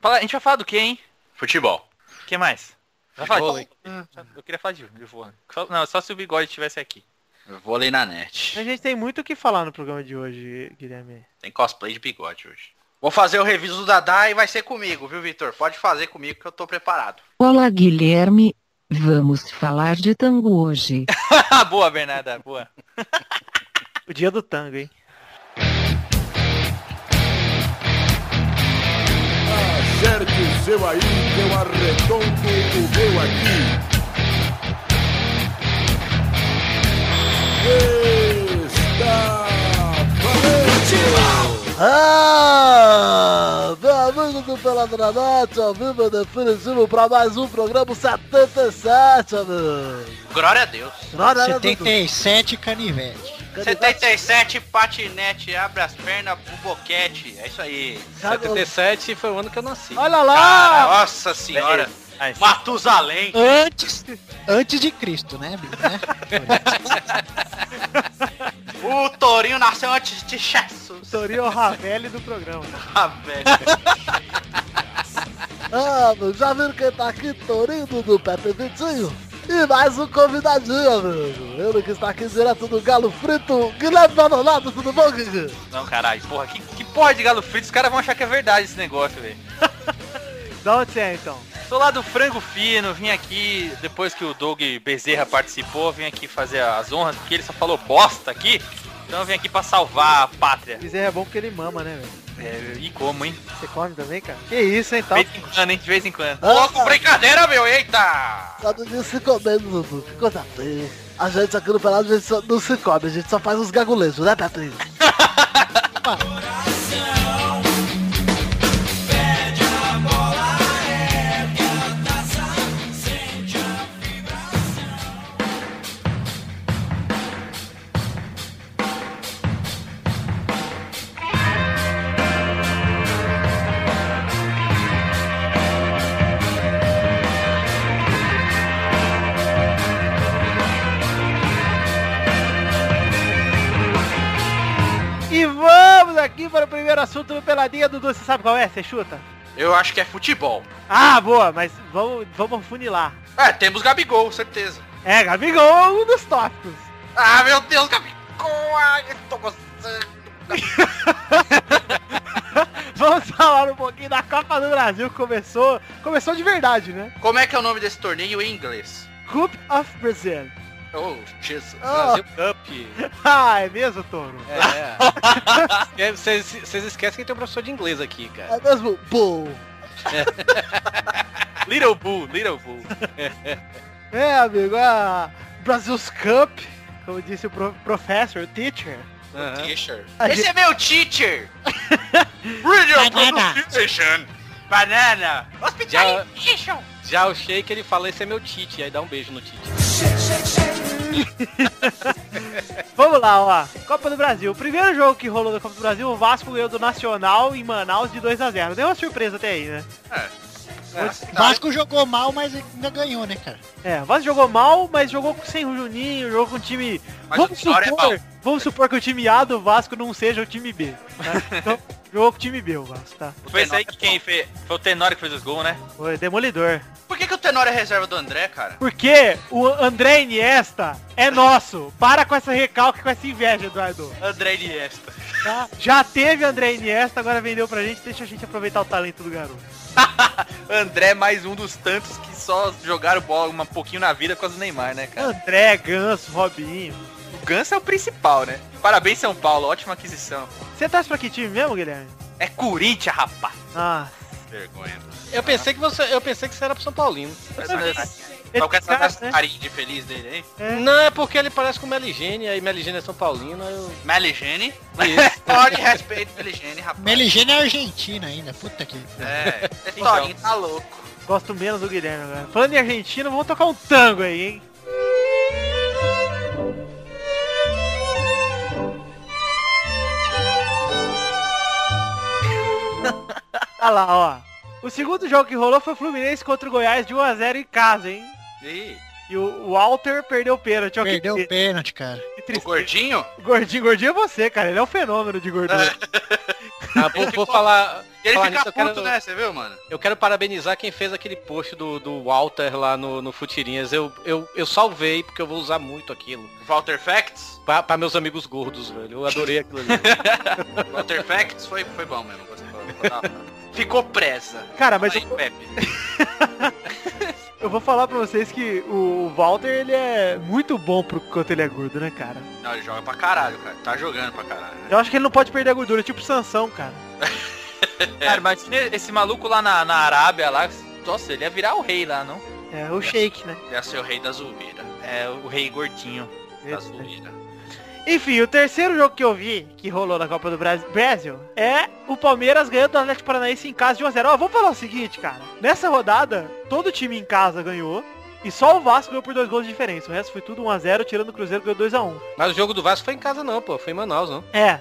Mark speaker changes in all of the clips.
Speaker 1: Fala- A gente vai falar do que, hein?
Speaker 2: Futebol.
Speaker 1: O que mais? Vai falar de-
Speaker 2: Vôlei.
Speaker 1: Eu queria falar de de vôlei. Só- Não, só se o bigode estivesse aqui.
Speaker 2: Vôlei na
Speaker 3: A
Speaker 2: net.
Speaker 3: gente tem muito o que falar no programa de hoje, Guilherme.
Speaker 2: Tem cosplay de bigode hoje. Vou fazer o reviso do Dadá e vai ser comigo, viu, Vitor? Pode fazer comigo que eu tô preparado.
Speaker 4: Olá, Guilherme. Vamos falar de tango hoje.
Speaker 1: Ah, boa, Bernarda, boa.
Speaker 3: O dia do tango, hein?
Speaker 5: Acerte o seu aí, que eu arredondo o meu aqui. Está valente!
Speaker 6: Ah, meu amigo do Peladranete, ao vivo e definitivo pra mais um programa 77, amigo.
Speaker 2: Glória a Deus.
Speaker 6: Glória a Deus.
Speaker 7: 77 canivete.
Speaker 6: Candidato-
Speaker 2: 77, patinete, abre as pernas pro boquete. É isso aí.
Speaker 6: Sabe-
Speaker 1: 77 foi o ano que eu nasci.
Speaker 6: Olha
Speaker 7: Ah!
Speaker 2: Cara,
Speaker 6: lá!
Speaker 2: nossa senhora. Matusalém.
Speaker 7: Antes, antes de Cristo, né, Bill? Né?
Speaker 2: O Torinho nasceu antes de Jesus.
Speaker 3: Torio é Ravelli do programa.
Speaker 2: Ah, velho.
Speaker 6: Ah, meu, já viram quem tá aqui? Torinho do Pepe Vitinho. E mais um convidadinho, amigo. Ele que está aqui direto do Galo Frito, Guilherme Manolato, tudo bom, Guilherme?
Speaker 1: Não, caralho, porra, que, que porra de galo frito? Os caras vão achar que é verdade esse negócio, velho.
Speaker 3: Da onde você é, então?
Speaker 1: Sou lá do Frango Fino, vim aqui, depois que o Doug Bezerra participou, vim aqui fazer as honras, porque ele só falou bosta aqui. Então eu vim aqui pra salvar a pátria.
Speaker 3: Bezerra é bom porque ele mama, né, velho?
Speaker 1: É, e como, hein?
Speaker 3: Você come também, cara? Que isso, hein,
Speaker 1: De
Speaker 3: tal?
Speaker 1: vez em quando, hein? De vez em quando.
Speaker 6: Ah.
Speaker 1: Louco, brincadeira, meu, eita!
Speaker 6: Sabe, não Tá se comendo, Dudu. Que coisa feia. A gente aqui no Pelado, a gente só- não se come, a gente só faz uns gagulejos, né, Pepe?
Speaker 3: E vamos aqui para o primeiro assunto do Peladinha, Dudu. Você sabe qual é? Você chuta?
Speaker 2: Eu acho que é futebol.
Speaker 3: Ah, boa, mas vamos, vamos funilar.
Speaker 2: É, temos Gabigol, certeza.
Speaker 3: É, Gabigol é um dos tópicos.
Speaker 2: Ah, meu Deus, Gabigol. Ai, eu tô gostando.
Speaker 3: Vamos falar um pouquinho da Copa do Brasil, que começou, começou de verdade, né?
Speaker 2: Como é que é o nome desse torneio em inglês?
Speaker 3: Cup of Brazil.
Speaker 2: Oh, Jesus.
Speaker 3: Ah,
Speaker 8: Up.
Speaker 3: ah, é mesmo, Toro?
Speaker 8: É. É, Vocês vocês esquecem que tem um professor de inglês aqui, cara.
Speaker 6: É mesmo? Bom.
Speaker 1: Little Bull, Little Bull.
Speaker 3: É, amigo, a Brasil's Cup, como disse o pro- professor, o teacher.
Speaker 8: Aham.
Speaker 2: Teacher.
Speaker 3: A
Speaker 2: Esse é meu teacher. Brilliant
Speaker 7: Banana.
Speaker 2: pronunciation. Banana.
Speaker 8: Já,
Speaker 2: Hospitalization.
Speaker 8: já o Shake ele fala, esse é meu Tite, aí dá um beijo no Tite.
Speaker 3: Vamos lá, ó. Copa do Brasil. O primeiro jogo que rolou da Copa do Brasil, o Vasco ganhou do Nacional em Manaus de 2x0. Deu uma surpresa até aí, né?
Speaker 2: É.
Speaker 7: É. Vasco jogou mal, mas ainda ganhou, né, cara?
Speaker 3: É, o Vasco jogou mal, mas jogou com- sem o Juninho, jogou com o time...
Speaker 2: Mas
Speaker 3: vamos,
Speaker 2: o Vitória é
Speaker 3: supor, vamos supor que o time A do Vasco não seja o time B. Tá? Então, jogou com o time B o Vasco, tá?
Speaker 1: Foi esse aí que quem fez. Foi o Tenório que fez os gols, né?
Speaker 3: Foi demolidor.
Speaker 2: Por que, que o Tenor é reserva do André, cara?
Speaker 3: Porque o André Iniesta é nosso. Para com essa recalque, com essa inveja, Eduardo.
Speaker 2: André Iniesta.
Speaker 3: Tá? Já teve André Iniesta, agora vendeu pra gente, deixa a gente aproveitar o talento do garoto.
Speaker 1: André mais um dos tantos que só jogaram bola um pouquinho na vida por causa do Neymar, né, cara?
Speaker 3: André, Ganso, Robinho.
Speaker 1: O Ganso é o principal, né? Parabéns, São Paulo, ótima aquisição.
Speaker 3: Você torce pra que time mesmo, Guilherme?
Speaker 1: É Corinthians, rapaz.
Speaker 3: Ah,
Speaker 2: Vergonha.
Speaker 8: Eu pensei que você, eu pensei que você era pro São Paulino.
Speaker 2: é Não quero saber
Speaker 3: cara, né?
Speaker 1: né?
Speaker 2: essa carinha de feliz dele, hein?
Speaker 3: É.
Speaker 8: Não, é porque ele parece com o Meligene, aí Meligene é São Paulino, aí eu...
Speaker 2: Meligene.
Speaker 8: Isso.
Speaker 2: História e respeito,
Speaker 1: é
Speaker 2: Meligene, rapaz.
Speaker 7: Meligene é argentina ainda, puta que.
Speaker 2: É, esse
Speaker 8: Então.
Speaker 2: Torinho tá louco.
Speaker 3: Gosto menos do Guilherme agora. Falando em Argentina, vamos tocar um tango aí, hein? Olha lá, ó. O segundo jogo que rolou foi o Fluminense contra o Goiás de 1x0 em casa, hein?
Speaker 2: Ih,
Speaker 3: E o Walter perdeu o pênalti. ó, que
Speaker 7: Perdeu
Speaker 3: tri-
Speaker 7: o pênalti, cara.
Speaker 3: que
Speaker 2: o
Speaker 3: tristeza.
Speaker 2: gordinho?
Speaker 3: Gordinho, gordinho é você, cara. Ele é um fenômeno de gordura.
Speaker 8: Ah, vou, vou falar.
Speaker 2: E ele
Speaker 8: falar
Speaker 2: fica
Speaker 8: nisso, eu
Speaker 2: puto,
Speaker 8: quero-
Speaker 2: né? Você viu, mano?
Speaker 8: Eu quero parabenizar quem fez aquele post do, do Walter lá no, no Futirinhas. Eu, eu, eu salvei, porque eu vou usar muito aquilo.
Speaker 2: Walter Facts.
Speaker 8: Pra, pra meus amigos gordos, velho. Eu adorei aquilo ali.
Speaker 2: Walter Facts foi, foi bom mesmo. gostei, gostei da frase. Ficou presa.
Speaker 3: Cara, mas
Speaker 2: Aí, Pepe.
Speaker 3: eu vou falar pra vocês que o Walter, ele é muito bom pro quanto ele é gordo, né, cara?
Speaker 2: Não, ele joga pra caralho, cara. Tá jogando pra caralho. né?
Speaker 3: Eu acho que ele não pode perder a gordura, tipo Sansão, cara.
Speaker 1: Cara, imagina esse maluco lá na, na Arábia lá. Nossa, ele ia virar o rei lá, não?
Speaker 3: É o shake, né?
Speaker 2: Ele é seu rei da zoeira.
Speaker 1: É, o rei gordinho.
Speaker 2: Da zoeira.
Speaker 3: né? Enfim, o terceiro jogo que eu vi, que rolou na Copa do Brasil, Brasil é o Palmeiras ganhando do Atlético Paranaense em casa de 1x0. Ó, vamos falar o seguinte, cara. Nessa rodada, todo time em casa ganhou. E só o Vasco ganhou por dois gols de diferença. O resto foi tudo 1x0, tirando o Cruzeiro que ganhou 2x1.
Speaker 8: Mas o jogo do Vasco foi em casa não, pô. Foi em Manaus, não.
Speaker 3: É.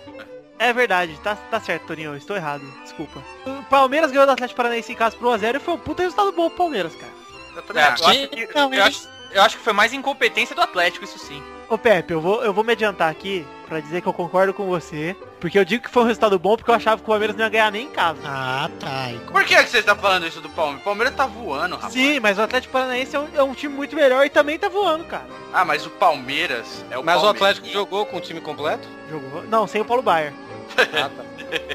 Speaker 3: É verdade, tá, tá certo, Toninho, eu estou errado, desculpa. O Palmeiras ganhou do Atlético Paranaense em casa por 1x0 e foi um puta resultado bom pro Palmeiras, cara.
Speaker 2: Eu também
Speaker 1: É, eu,
Speaker 2: acho.
Speaker 1: acho que,
Speaker 7: Não,
Speaker 1: eu, acho, eu acho que foi mais incompetência do Atlético, isso sim.
Speaker 3: Ô Pepe, eu vou, eu vou me adiantar aqui pra dizer que eu concordo com você, porque eu digo que foi um resultado bom porque eu achava que o Palmeiras não ia ganhar nem em casa.
Speaker 7: Ah, tá. E como-
Speaker 2: Por que, que você tá falando isso do Palmeiras? O Palmeiras tá voando, rapaz.
Speaker 3: Sim, mas o Atlético Paranaense é um, é um time muito melhor e também tá voando, cara.
Speaker 2: Ah, mas o Palmeiras é o
Speaker 8: Mas o
Speaker 2: Palmeiras.
Speaker 8: Atlético jogou com o time completo?
Speaker 3: Jogou. Não, sem o Paulo Baier.
Speaker 8: Ah, tá.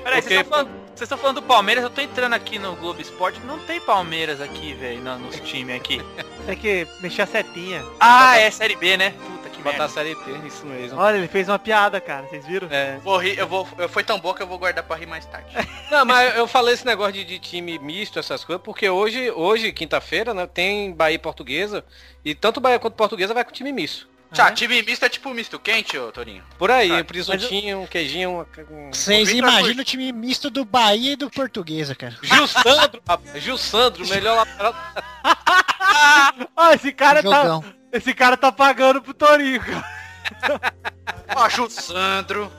Speaker 1: Peraí,
Speaker 8: Porque-
Speaker 1: vocês estão falando, vocês tão falando do Palmeiras, eu tô entrando aqui no Globo Esporte, não tem Palmeiras aqui, velho, no- nos times aqui.
Speaker 3: É que mexer a setinha.
Speaker 1: Ah, é Série B, né? Puta que
Speaker 8: Botar a
Speaker 1: merda.
Speaker 8: série P, isso mesmo.
Speaker 3: Olha, ele fez uma piada, cara, vocês viram?
Speaker 8: É.
Speaker 2: Vou rir, eu vou. Eu foi tão boa que eu vou guardar pra rir mais tarde.
Speaker 7: É.
Speaker 8: Não, mas eu falei esse negócio de, de time misto, essas coisas, porque hoje, hoje quinta-feira, né, tem Bahia e Portuguesa, e tanto Bahia quanto Portuguesa vai com time misto.
Speaker 2: Tchau, time misto é tipo misto quente, ô Torinho.
Speaker 8: Por aí,
Speaker 2: Ah,
Speaker 8: um presuntinho, um queijinho, um...
Speaker 7: Vocês
Speaker 2: Vitor
Speaker 7: imaginam o time misto do Bahia e do Portuguesa, cara.
Speaker 8: Gil Sandro, rapaz, Gil Sandro, melhor lateral.
Speaker 3: Ó, esse cara tá.
Speaker 7: Jogão.
Speaker 3: Esse cara tá pagando pro Torinho, cara.
Speaker 2: Ó, Ju Sandro.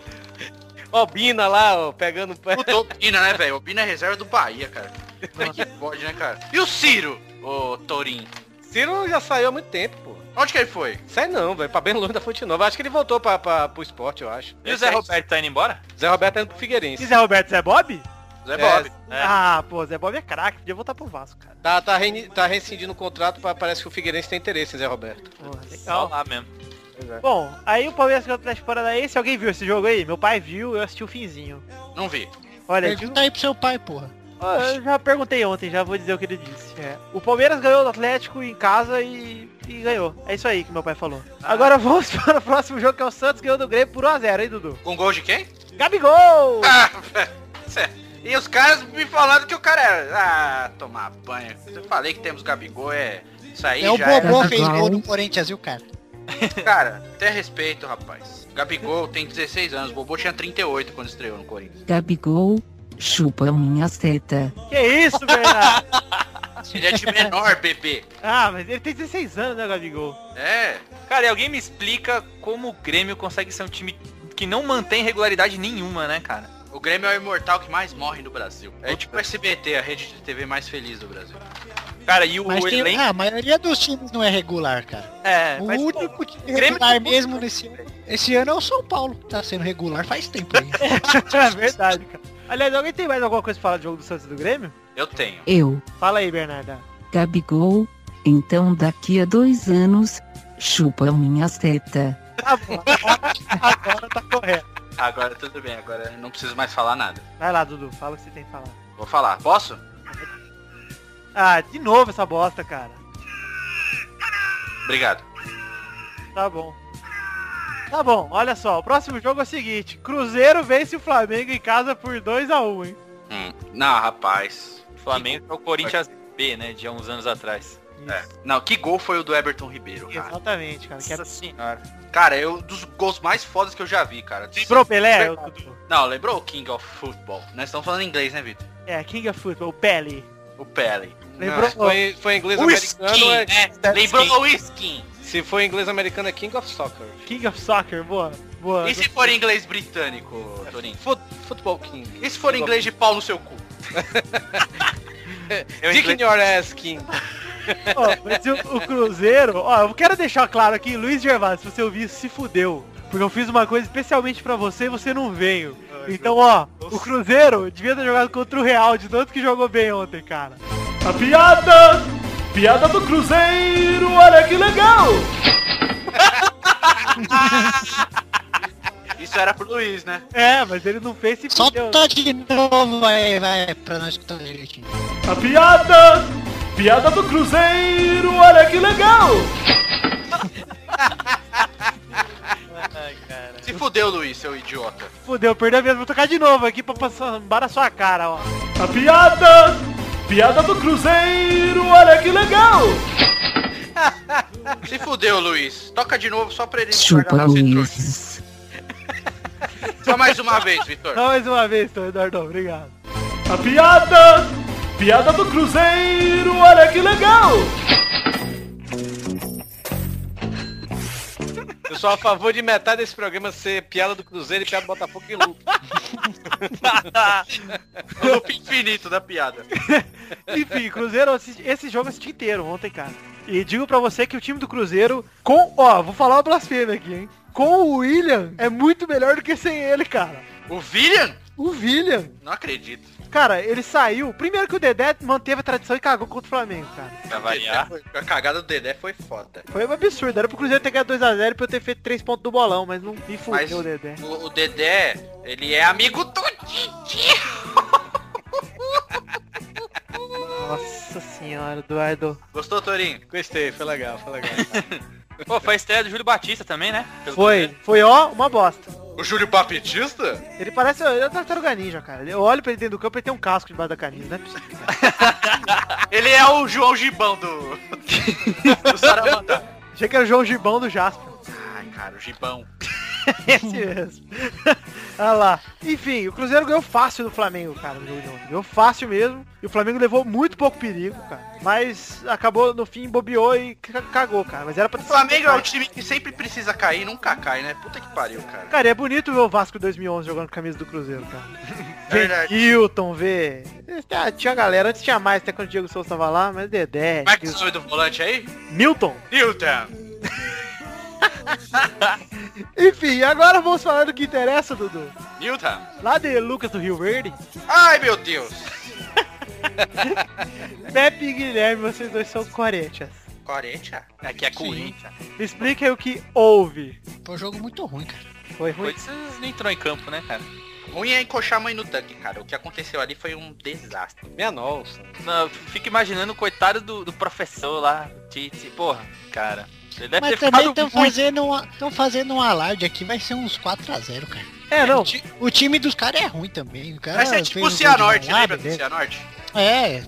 Speaker 8: Ó, Bina lá, ó, pegando o pé.
Speaker 2: Mudou o Pina, né, velho? O Pina é reserva do Bahia, cara. Como é que pode, né, cara? E o Ciro, ô Torinho?
Speaker 8: Ciro já saiu há muito tempo, pô.
Speaker 2: Onde que ele foi?
Speaker 8: Sai não, velho, pra bem longe da Fonte Nova. Acho que ele voltou pra, pra, pro esporte, eu acho. É,
Speaker 1: E o Zé Roberto tá indo embora?
Speaker 8: Zé Roberto tá indo pro
Speaker 3: E
Speaker 8: Figueirense.
Speaker 3: Zé Roberto, Zé Bob?
Speaker 2: Zé
Speaker 8: É.
Speaker 2: Bob.
Speaker 3: Ah, pô, Zé Bob é craque, podia voltar pro Vasco, cara.
Speaker 8: Tá, tá, reini- tá rescindindo o contrato, pra- parece que o Figueirense tem interesse em Zé Roberto.
Speaker 3: Porra,
Speaker 1: Só
Speaker 3: legal.
Speaker 1: lá mesmo.
Speaker 3: Bom, aí o Palmeiras ganhou o Atlético Paranaense, alguém viu esse jogo aí? Meu pai viu, eu assisti o finzinho.
Speaker 2: Não vi.
Speaker 3: Olha,
Speaker 7: Pergunta aí pro seu pai, porra.
Speaker 3: Eu já perguntei ontem, já vou dizer o que ele disse. É, O Palmeiras ganhou do Atlético em casa e, e ganhou. É isso aí que meu pai falou. Agora vamos para o próximo jogo, que é o Santos ganhou do Grêmio por 1x0, hein, Dudu?
Speaker 2: Com gol de quem?
Speaker 3: Gabigol!
Speaker 2: Ah, sério. E os caras me falando que o cara era... Ah, tomar banho. Eu falei que temos Gabigol, é... Isso aí
Speaker 7: É o
Speaker 2: já é...
Speaker 7: Bobô fez
Speaker 4: Gabigol.
Speaker 7: gol no Corinthians, viu, cara?
Speaker 2: Cara, até respeito, rapaz. Gabigol tem 16 anos, Bobô tinha 38 quando estreou no Corinthians.
Speaker 4: Gabigol, chupa minha seta.
Speaker 3: Que isso, Bernardo?
Speaker 2: Ele é de menor, bebê.
Speaker 3: ah, mas ele tem 16 anos, né, Gabigol?
Speaker 2: É.
Speaker 1: Cara, e alguém me explica como o Grêmio consegue ser um time que não mantém regularidade nenhuma, né, cara?
Speaker 2: O Grêmio é o imortal que mais morre no Brasil. É tipo o SBT, a rede de TV mais feliz do Brasil.
Speaker 1: Cara, e o
Speaker 7: Mas tem,
Speaker 1: elenco...
Speaker 7: ah, a maioria dos times não é regular, cara.
Speaker 1: É,
Speaker 7: o
Speaker 1: mas, pô,
Speaker 7: único time
Speaker 1: Grêmio
Speaker 7: regular
Speaker 1: tem muito
Speaker 7: mesmo nesse ano, esse ano é o São Paulo. que Tá sendo regular faz tempo aí.
Speaker 3: é verdade, cara. Aliás, alguém tem mais alguma coisa pra falar do jogo do Santos e do Grêmio?
Speaker 2: Eu tenho.
Speaker 4: Eu,
Speaker 3: Fala aí, Bernardo.
Speaker 4: Gabigol, então daqui a dois anos, chupa minha seta.
Speaker 3: Tá bom, agora, agora tá correto.
Speaker 2: Agora tudo bem, agora eu não preciso mais falar nada.
Speaker 3: Vai lá, Dudu, fala o que você tem que falar.
Speaker 2: Vou falar. Posso?
Speaker 3: Ah, de novo essa bosta, cara.
Speaker 2: Obrigado.
Speaker 3: Tá bom. Tá bom, olha só, o próximo jogo é o seguinte, Cruzeiro vence o Flamengo em casa por 2x1, hein?
Speaker 2: Hum. Não, rapaz.
Speaker 1: Flamengo é o Corinthians B, né, de há uns anos atrás.
Speaker 3: Isso,
Speaker 2: Não, que gol foi o do Everton Ribeiro, cara.
Speaker 3: Exatamente, cara. Que é era...
Speaker 1: senhora.
Speaker 2: Cara, é um dos gols mais fodas que eu já vi, cara.
Speaker 3: Lembrou Pelé? o Dudu?
Speaker 2: Não, lembrou o King of Football. Nós estamos falando em inglês, né, Vitor?
Speaker 3: É, King of Football, o Pelé.
Speaker 2: O Pele.
Speaker 3: Lembrou?
Speaker 8: Foi, foi inglês
Speaker 2: O
Speaker 8: americano,
Speaker 2: Skin,
Speaker 8: é,
Speaker 2: né? Lembrou o Skin.
Speaker 8: se for inglês americano é King of Soccer.
Speaker 3: King of Soccer, boa. Boa.
Speaker 2: E se for em inglês britânico, Torinho?
Speaker 8: Fut, football King.
Speaker 2: E se for em inglês de pau no seu cu?
Speaker 1: Eu
Speaker 8: Dick
Speaker 1: inglês-
Speaker 8: in your ass, King.
Speaker 3: Ó, mas o, o Cruzeiro, ó, eu quero deixar claro aqui, Luiz Gervásio, se você ouvir, isso, se fudeu. Porque eu fiz uma coisa especialmente pra você e você não veio.
Speaker 9: Ah, é
Speaker 3: Então, ó, o Cruzeiro devia ter jogado contra o Real, de tanto que jogou bem ontem, cara.
Speaker 9: A piada! Piada do Cruzeiro, olha que legal!
Speaker 2: Isso era pro Luiz, né?
Speaker 3: É, mas ele não fez se fudeu.
Speaker 6: tá-
Speaker 7: Solta tá de novo aí, vai, pra nós escutar direitinho.
Speaker 9: A piada! Piada do Cruzeiro, olha que legal!
Speaker 2: Se fudeu, Luiz, seu idiota.
Speaker 3: Fudeu, perdeu mesmo. Vou tocar de novo aqui pra passar embora a sua cara, ó.
Speaker 9: A piada! Piada do Cruzeiro, olha que legal!
Speaker 2: Se fudeu, Luiz. Toca de novo só pra ele
Speaker 4: Chupa
Speaker 2: guardar você, trouxa.
Speaker 4: Luiz.
Speaker 2: Só mais uma vez, Vitor.
Speaker 3: Só mais uma vez, então, Eduardo, obrigado.
Speaker 9: A piada! Piada do Cruzeiro, olha que legal!
Speaker 8: Eu sou a favor de metade desse programa ser piada do Cruzeiro e piada do Botafogo e Lu.
Speaker 2: O loop infinito da piada.
Speaker 3: Enfim, Cruzeiro, eu assisti- esse jogo eu assisti inteiro ontem, cara. E digo pra você que o time do Cruzeiro, com. Ó, vou falar uma blasfêmia aqui, hein? Com o William, é muito melhor do que sem ele, cara.
Speaker 2: O William?
Speaker 3: O William.
Speaker 2: Não acredito.
Speaker 3: Cara, ele saiu. Primeiro que o Dedé manteve a tradição e cagou contra o Flamengo, cara.
Speaker 2: Pra variar. A cagada do Dedé foi foda.
Speaker 3: Foi um absurdo. Era pro Cruzeiro ter ganhado 2x0 pra eu ter feito 3 pontos do bolão, mas não me fudeu
Speaker 2: Mas
Speaker 3: o Dedé.
Speaker 2: o, o Dedé, ele é amigo do Didi.
Speaker 3: Nossa senhora, Eduardo.
Speaker 2: Gostou, Torinho?
Speaker 8: Gostei, foi legal, foi legal.
Speaker 1: Pô, foi a estreia do Júlio Batista também, né? Pelo
Speaker 3: Foi, foi ó, uma bosta.
Speaker 2: O Júlio Baptista?
Speaker 3: Ele parece. Ele é um tartaruga ninja, cara. Eu olho pra ele dentro do campo e tem um casco debaixo da camisa, né?
Speaker 2: Ele é o João Gibão do... do Saramandá.
Speaker 3: Achei que era o João Gibão do Jasper.
Speaker 2: Ai, cara, o Gibão.
Speaker 3: Esse mesmo. Olha lá. Enfim, o Cruzeiro ganhou fácil do Flamengo, cara. no jogo de ontem. Ganhou fácil mesmo. E o Flamengo levou muito pouco perigo, cara. Mas acabou no fim, bobeou e c- cagou, cara. Mas era pra
Speaker 2: O
Speaker 3: ter
Speaker 2: Flamengo é
Speaker 3: sido
Speaker 2: o time que sempre precisa cair e nunca cai, né? Puta que pariu, cara.
Speaker 3: Cara, é bonito ver o Vasco 2011 jogando com a camisa do Cruzeiro, cara.
Speaker 2: Verdade.
Speaker 3: Vê Hilton, vê... Ah, tinha galera, antes tinha mais, até quando o Diego Souza tava lá, mas Dedé...
Speaker 2: Como é que é o nome do volante aí?
Speaker 3: Milton!
Speaker 2: Newton.
Speaker 3: Enfim, agora vamos falar do que interessa, Dudu.
Speaker 2: Newton.
Speaker 3: Lá de Lucas do Rio Verde,
Speaker 2: Ai, meu Deus.
Speaker 3: Pepe e Guilherme, vocês dois são Corinthians.
Speaker 2: Corinthians?
Speaker 1: Aqui é Corinthians.
Speaker 3: Me explica aí o que houve.
Speaker 7: Foi um jogo muito ruim, cara.
Speaker 3: Foi ruim.
Speaker 1: Corinthians não entrou em campo, né, cara?
Speaker 2: Ruim é encoxar a mãe no tanque, cara. O que aconteceu ali foi um desastre.
Speaker 8: Minha nossa.
Speaker 1: Não, eu fico imaginando o coitado do, do professor lá, Tite. Porra, cara. Ele deve ter
Speaker 7: Mas
Speaker 1: ficado
Speaker 7: também estão
Speaker 1: muito...
Speaker 7: fazendo, uma- tão fazendo um alarde aqui, vai ser uns 4x0, cara.
Speaker 3: É, não.
Speaker 7: O time dos caras é ruim também. O cara
Speaker 2: Mas é
Speaker 7: fez
Speaker 2: tipo
Speaker 7: um
Speaker 2: o
Speaker 7: gol de
Speaker 2: Cianorte,
Speaker 7: balada,
Speaker 2: lembra do
Speaker 7: né?
Speaker 2: Cianorte?
Speaker 7: É,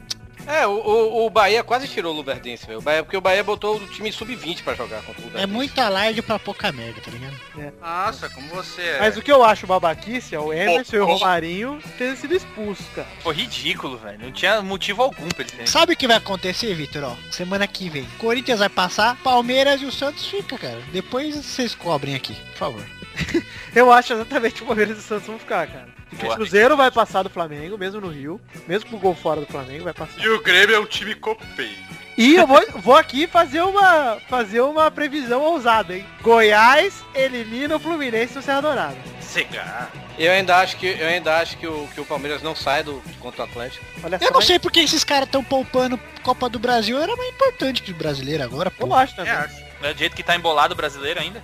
Speaker 8: É, o, o, o Bahia quase tirou o Luverdense, velho. O Bahia- Porque o Bahia botou o time sub-20 pra jogar contra o Luverdense.
Speaker 7: é muito alarde pra pouca merda, tá ligado?
Speaker 2: Nossa, como você é.
Speaker 3: Mas o que eu acho babaquice é o Emerson e o Romarinho terem sido expulsos, cara.
Speaker 1: Foi ridículo, velho. Não tinha motivo algum pra ele ter.
Speaker 7: Sabe o que vai acontecer, Vitor? Ó, semana que vem. Corinthians vai passar, Palmeiras e o Santos fica, cara. Depois vocês cobrem aqui, por favor.
Speaker 3: Eu acho exatamente que o Palmeiras e o Santos vão ficar, cara. Porque o
Speaker 1: Boa.
Speaker 3: Cruzeiro vai passar do Flamengo, mesmo no Rio. Mesmo com o gol fora do Flamengo, vai passar.
Speaker 2: E o Grêmio é um time copeiro.
Speaker 3: E eu vou, vou aqui fazer uma, fazer uma previsão ousada, hein? Goiás elimina o Fluminense no Serra Dourada.
Speaker 2: Cegar.
Speaker 8: Eu ainda acho que, eu ainda acho que, o, que o Palmeiras não sai do, contra o Atlético.
Speaker 3: Olha só.
Speaker 7: Eu não
Speaker 3: hein?
Speaker 7: sei porque esses caras estão poupando Copa do Brasil, era mais importante que o brasileiro agora,
Speaker 3: Eu
Speaker 7: pô.
Speaker 3: acho né?
Speaker 2: É,
Speaker 3: também.
Speaker 2: acho.
Speaker 1: É do jeito que tá embolado o brasileiro ainda.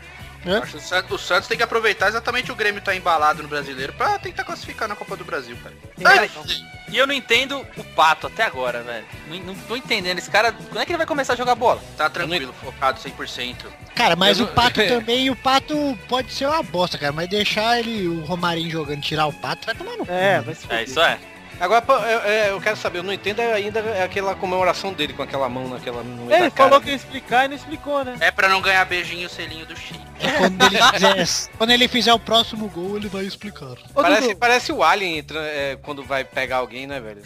Speaker 2: acho que o, Santos, o Santos tem que aproveitar exatamente o Grêmio tá embalado no brasileiro pra tentar classificar na Copa do Brasil, cara.
Speaker 1: É.
Speaker 3: Tem
Speaker 2: Ai,
Speaker 3: razão.
Speaker 1: E eu não entendo o Pato até agora, velho. Não, não tô entendendo. Esse cara, quando é que ele vai começar a jogar bola?
Speaker 2: tá tranquilo, focado 100%.
Speaker 7: Cara, mas
Speaker 8: Eu
Speaker 7: o
Speaker 8: não-
Speaker 7: Pato também, o Pato pode ser uma bosta, cara, mas deixar ele, o Romarinho jogando, tirar o Pato, vai tomar no cu,
Speaker 3: É,
Speaker 7: mano.
Speaker 3: vai se fuder.
Speaker 1: É, isso é.
Speaker 8: Agora, pô, eu, é, eu quero saber, eu não entendo ainda aquela comemoração dele com aquela mão naquela... no
Speaker 1: é
Speaker 8: meio
Speaker 3: Ele
Speaker 8: da cara.
Speaker 3: falou que ia explicar e não explicou, né?
Speaker 2: É pra não ganhar beijinho o selinho do Chico.
Speaker 7: Quando ele, fizer, quando ele fizer o próximo gol, ele vai explicar.
Speaker 3: Ô,
Speaker 8: Parece,
Speaker 3: Dudu,
Speaker 8: parece o Alien entra- é, quando vai pegar alguém, né, velho?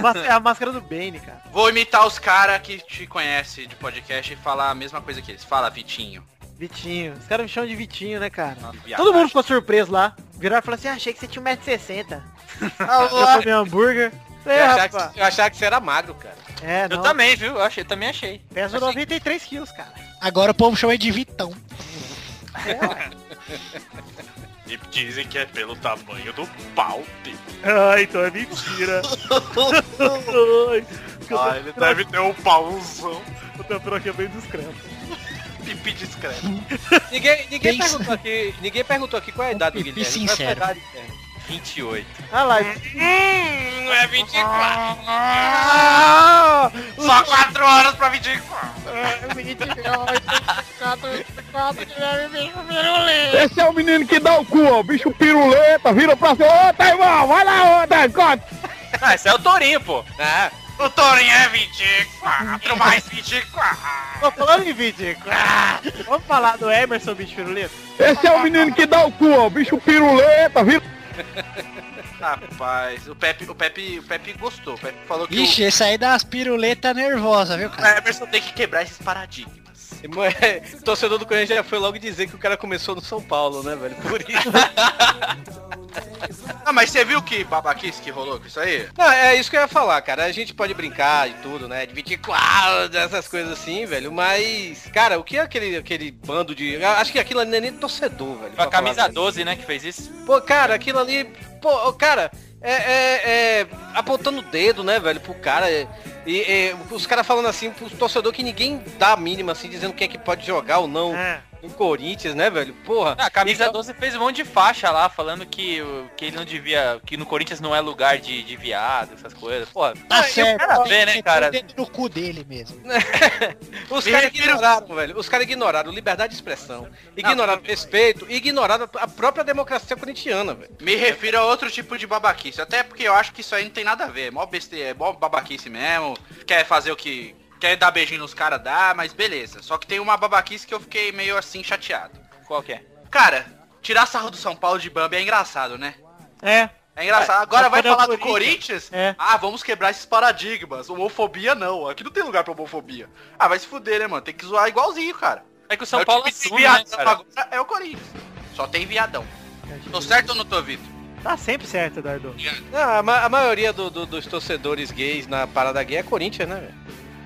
Speaker 3: mas- é a máscara do Bane, cara.
Speaker 2: Vou imitar os caras que te conhecem de podcast e falar a mesma coisa que eles. Fala, Vitinho.
Speaker 3: Vitinho. Os caras me chamam de Vitinho, né, cara?
Speaker 2: Nossa,
Speaker 3: Todo
Speaker 2: viadagem.
Speaker 3: mundo ficou surpreso lá. Viraram e falaram assim, ah, achei que você tinha 1,60m. Já comi hambúrguer. É,
Speaker 8: Eu achava,
Speaker 3: rapaz.
Speaker 8: que, eu achava que você era magro, cara.
Speaker 3: É,
Speaker 1: Eu
Speaker 3: não.
Speaker 1: também, viu? Eu achei, também achei.
Speaker 3: Peso 93 quilos, cara. É,
Speaker 7: Agora o povo chama ele de Vitão.
Speaker 10: E dizem que é pelo tamanho do pau dele.
Speaker 3: Ah, então é mentira. Ai, que eu tô-
Speaker 10: Ah, ele deve ter um pauzão.
Speaker 3: O Tantro aqui é bem discreto.
Speaker 10: Pipi discreto.
Speaker 8: Ninguém, ninguém
Speaker 7: Pensa.
Speaker 8: perguntou aqui, ninguém perguntou aqui qual é a idade do
Speaker 7: pipi
Speaker 8: Guilherme. Qual é a sua
Speaker 7: sincero.
Speaker 8: idade, Guilherme?
Speaker 1: 28.
Speaker 3: Ah lá,
Speaker 10: Hum, não é 24.
Speaker 3: ah,
Speaker 10: Só 4 horas pra 24.
Speaker 5: Esse é o menino que dá o cu, ó. Bicho piruleta, vira pra cima. Ô, tá irmão, vai lá, ô, Dancote.
Speaker 1: Ah, esse é o Tourinho, pô.
Speaker 8: Ah,
Speaker 10: O Torinho é 24 mais 24.
Speaker 3: tô falando em vídeo. Ah, Vamos falar do Emerson Bicho Firulito?
Speaker 5: Esse é o menino que dá o cu, ó. Bicho piruleta, vira...
Speaker 2: Rapaz, o Pepe, o Pepe, o Pepe gostou. O Pepe falou que
Speaker 7: Vixe, esse aí dá umas piruletas nervosas, viu,
Speaker 2: o
Speaker 7: cara?
Speaker 2: Emerson tem que quebrar esses paradigmas.
Speaker 8: mo- é, torcedor do Corinthians já foi logo dizer que o cara começou no São Paulo, né, velho? Por isso.
Speaker 2: Ah, mas você viu que babaquice que rolou com isso aí?
Speaker 8: Não, é isso que eu ia falar, cara. A gente pode brincar e tudo, né? De 24, essas coisas assim, velho. Mas, cara, o que é aquele, aquele bando de. eu Acho que aquilo ali não é nem torcedor, velho.
Speaker 1: Com a
Speaker 8: pra falar
Speaker 1: camisa
Speaker 8: a verdade.
Speaker 1: 12, né, que fez isso.
Speaker 8: Pô, cara, aquilo ali. Pô, ô, cara, é, é- é apontando o dedo, né, velho, pro cara. é- e é, os caras falando assim pro torcedor que ninguém dá a mínima, assim, dizendo quem é que pode jogar ou não
Speaker 3: É.
Speaker 8: no Corinthians, né, velho? Porra.
Speaker 1: Ah, a camisa
Speaker 8: Então-
Speaker 1: 12 fez um monte de faixa lá, falando que, o- que ele não devia. Que no Corinthians não é lugar de, de viado, essas coisas. Porra,
Speaker 7: Tá certo.
Speaker 1: quero
Speaker 7: tem
Speaker 1: ver, né,
Speaker 7: que meter
Speaker 1: cara?
Speaker 7: o dedo no cu dele mesmo.
Speaker 8: Os caras ignoraram, velho. Os caras ignoraram liberdade de expressão, ignoraram respeito, ignoraram a própria democracia corintiana, velho.
Speaker 2: Me refiro a outro tipo de babaquice. Até porque eu acho que isso aí não tem nada a ver. É mó besteira, é mó babaquice mesmo. Quer fazer o que. Quer dar beijinho nos caras, dá, mas beleza. Só que tem uma babaquice que eu fiquei meio assim chateado.
Speaker 1: qual que é?
Speaker 2: Cara, tirar sarro do São Paulo de Bambi é engraçado, né?
Speaker 3: É.
Speaker 2: É engraçado. Agora
Speaker 3: mas
Speaker 2: vai
Speaker 3: quando é o
Speaker 2: falar do
Speaker 3: Corinthians,
Speaker 2: Corinthians?
Speaker 3: é.
Speaker 2: Ah, vamos quebrar esses paradigmas. Homofobia não. Aqui não tem lugar pra homofobia. Ah, vai se fuder, né, mano? Tem que zoar igualzinho, cara.
Speaker 1: É que o
Speaker 2: É
Speaker 1: São
Speaker 2: o
Speaker 1: Paulo
Speaker 2: time de
Speaker 1: assume, né,
Speaker 2: viadão
Speaker 1: cara?
Speaker 2: agora é o Corinthians. Só tem viadão. Tô certo ou não tô, Vitor?
Speaker 3: Tá sempre certo, Eduardo.
Speaker 8: Não, a, ma- a maioria do- do- dos torcedores gays na parada gay é Corinthians, né, velho?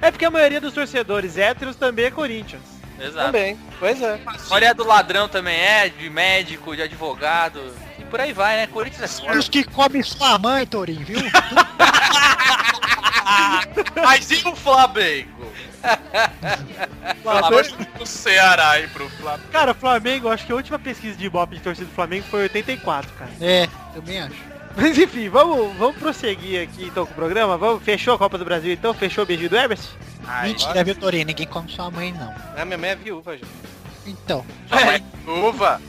Speaker 3: É porque a maioria dos torcedores héteros também é Corinthians.
Speaker 1: Exato.
Speaker 8: Também. Pois é.
Speaker 1: Olha do ladrão também é, de médico, de advogado. E por aí vai, né? Corinthians é sorte.
Speaker 7: Dos que comem sua mãe, Torinho, viu?
Speaker 2: Mas
Speaker 1: um
Speaker 2: e o Flamengo?
Speaker 3: Flamengo-
Speaker 10: O Ceará e pro Flamengo.
Speaker 3: Cara, Flamengo, acho que a última pesquisa de Ibope de torcida do Flamengo foi 84, cara.
Speaker 7: é, também acho.
Speaker 3: Mas enfim, vamos, vamos prosseguir aqui então com o programa. Vamos, fechou a Copa do Brasil então? Fechou o beijinho do Everson?
Speaker 8: Ah,
Speaker 7: Mentira, viu, Torinho? Ninguém come sua mãe, não.
Speaker 8: A minha mãe é viúva, gente.
Speaker 7: Então,
Speaker 1: É.
Speaker 2: Uva.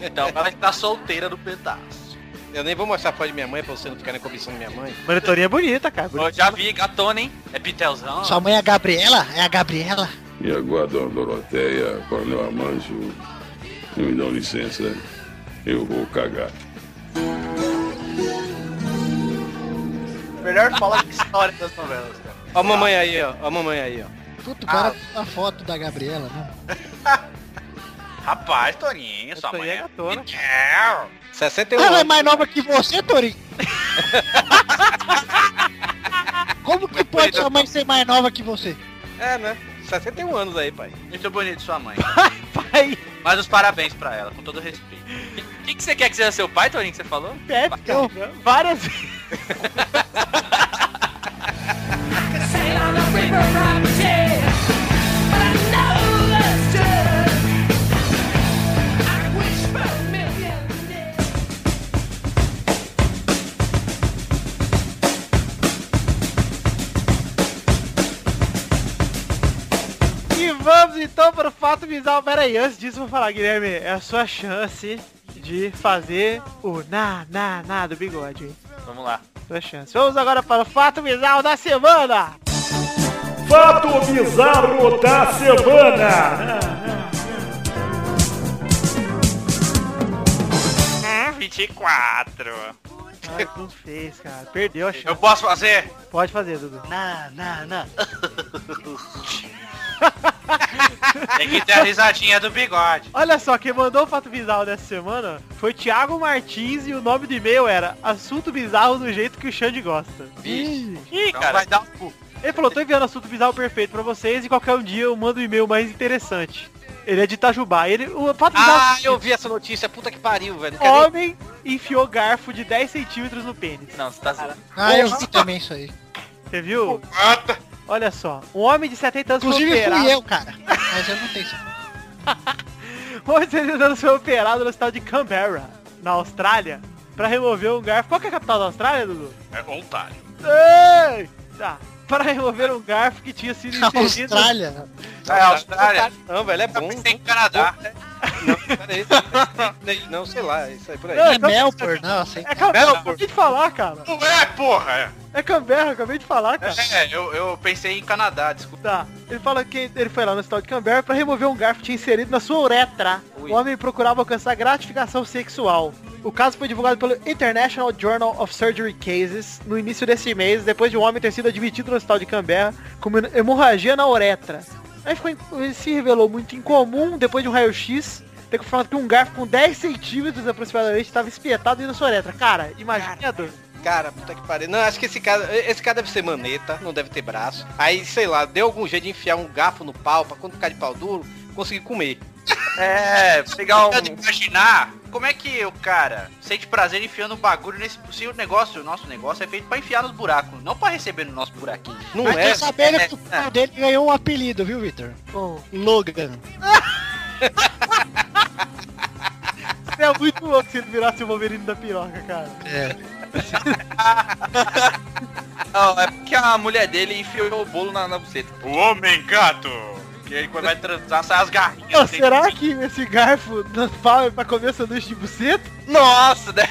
Speaker 2: Então, ela tá solteira do pedaço.
Speaker 8: Eu nem vou mostrar a foto de minha mãe pra você não ficar na comissão de minha mãe.
Speaker 3: Monitoria é bonita, cara.
Speaker 1: Eu
Speaker 3: Bonita.
Speaker 1: já vi, gatona, hein?
Speaker 2: É
Speaker 8: Ah.
Speaker 2: Pitelzão?
Speaker 7: sua mãe é a Gabriela? É a Gabriela?
Speaker 5: E agora, dona Doroteia, Coronel Amanjo, me dão licença, eu vou cagar.
Speaker 2: Melhor fala de história das novelas, cara.
Speaker 8: Ó a mamãe aí, ó. Ó a mamãe aí, ó.
Speaker 7: Puto,
Speaker 8: Ah.
Speaker 7: para com a foto da Gabriela, né?
Speaker 2: Rapaz, Toninho, sua
Speaker 3: Monitoria é
Speaker 2: mãe.
Speaker 3: gatona.
Speaker 8: 61
Speaker 7: Ela é
Speaker 8: anos.
Speaker 7: mais nova que você, Torinho. Como que pode sua mãe ser mais nova que você?
Speaker 8: É, né? 61 anos aí, pai.
Speaker 2: Muito bonito sua mãe.
Speaker 3: Pai,
Speaker 2: Mas os parabéns pra ela, com todo respeito.
Speaker 1: O que, que você quer que seja seu pai, Torinho, que você falou?
Speaker 3: Pepe, cara. Várias vezes. E vamos então para o fato bizarro. Pera aí, antes disso eu vou falar, Guilherme, é a sua chance de fazer o na, na, na do bigode. hein?
Speaker 1: Vamos lá.
Speaker 3: Sua chance. Vamos agora para o fato bizarro da semana.
Speaker 9: Fato bizarro da semana.
Speaker 10: Hum, 24.
Speaker 3: Ai, não fez, cara. Perdeu a chance.
Speaker 2: Eu posso fazer?
Speaker 3: Pode fazer, Dudu.
Speaker 2: Na, na, na. Tem que ter a risadinha do bigode.
Speaker 3: Olha só, quem mandou o fato bizarro dessa semana foi Thiago Martins e o nome do e-mail era Assunto Bizarro do jeito que o Xande gosta.
Speaker 1: Ih,
Speaker 2: Então
Speaker 1: cara.
Speaker 2: vai dar um cu.
Speaker 3: Ele falou, tô enviando assunto bizarro perfeito pra vocês e qualquer um dia eu mando um e-mail mais interessante. Ele é de Itajubá. Ele, o Pato de
Speaker 8: Ah,
Speaker 3: Dallas-
Speaker 8: eu vi essa notícia, puta que pariu, velho. Não quero nem-
Speaker 3: Homem enfiou garfo de 10 centímetros no pênis.
Speaker 1: Não, você tá zoando.
Speaker 7: Ah, eu vi também isso aí.
Speaker 3: Você viu? Olha só, um homem de 70 anos
Speaker 7: Inclusive
Speaker 3: foi operado.
Speaker 7: fui eu, cara. Mas eu não tenho isso.
Speaker 3: Um homem de 70 anos foi operado no hospital de Canberra, na Austrália, pra remover um garfo. Qual que é a capital da Austrália, Dudu?
Speaker 10: É vontade.
Speaker 3: Ei! Tá. Pra remover um garfo que tinha sido inserido.
Speaker 7: Austrália.
Speaker 2: É, Austrália.
Speaker 8: Não, velho, é bom.
Speaker 2: Tem Canadá.
Speaker 8: Peraí. Não, Não, sei lá, é isso aí por aí.
Speaker 3: Não, então,
Speaker 7: É Melbourne, não, assim.
Speaker 3: É Canberra, acabei de falar, cara.
Speaker 10: Não é, porra, é.
Speaker 3: É Canberra, acabei de falar, cara.
Speaker 2: É, eu, eu pensei em Canadá, desculpa.
Speaker 3: Tá. Ele fala que ele foi lá no hospital de Canberra pra remover um garfo que tinha inserido na sua uretra.
Speaker 2: Ui.
Speaker 3: O homem procurava alcançar gratificação sexual. O caso foi divulgado pelo International Journal of Surgery Cases no início desse mês, depois de um homem ter sido admitido no hospital de Canberra com uma hemorragia na uretra. Aí ficou, in- ele se revelou muito incomum depois de um raio-x ter confirmado que um garfo com 10 centímetros aproximadamente estava espetado dentro da sua uretra. Cara, imagina a dor.
Speaker 8: Cara, puta que pariu. Não, acho que esse cara, esse cara deve ser maneta, não deve ter braço. Aí, sei lá, deu algum jeito de enfiar um garfo no pau pra quando ficar de pau duro, conseguir comer.
Speaker 2: É, pegar um...
Speaker 8: um-
Speaker 2: de imaginar como é que o cara sente prazer enfiando um bagulho nesse possível negócio. O nosso negócio é feito pra enfiar nos buracos, não pra receber no nosso buraquinho.
Speaker 8: Não
Speaker 7: Mas
Speaker 8: é?
Speaker 7: quer saber
Speaker 2: é,
Speaker 7: que o pau dele ganhou um apelido, viu, Victor? Logan.
Speaker 3: É muito louco se ele virasse o Wolverine da piroca, cara.
Speaker 7: É.
Speaker 1: Não, é porque a mulher dele enfiou o bolo na, na buceta.
Speaker 10: O homem gato.
Speaker 2: Porque aí quando vai transar, sai as garrinhas.
Speaker 3: Ô, Ah, será que esse garfo no pau é pra comer sanduíche de buceta?
Speaker 1: Nossa, né?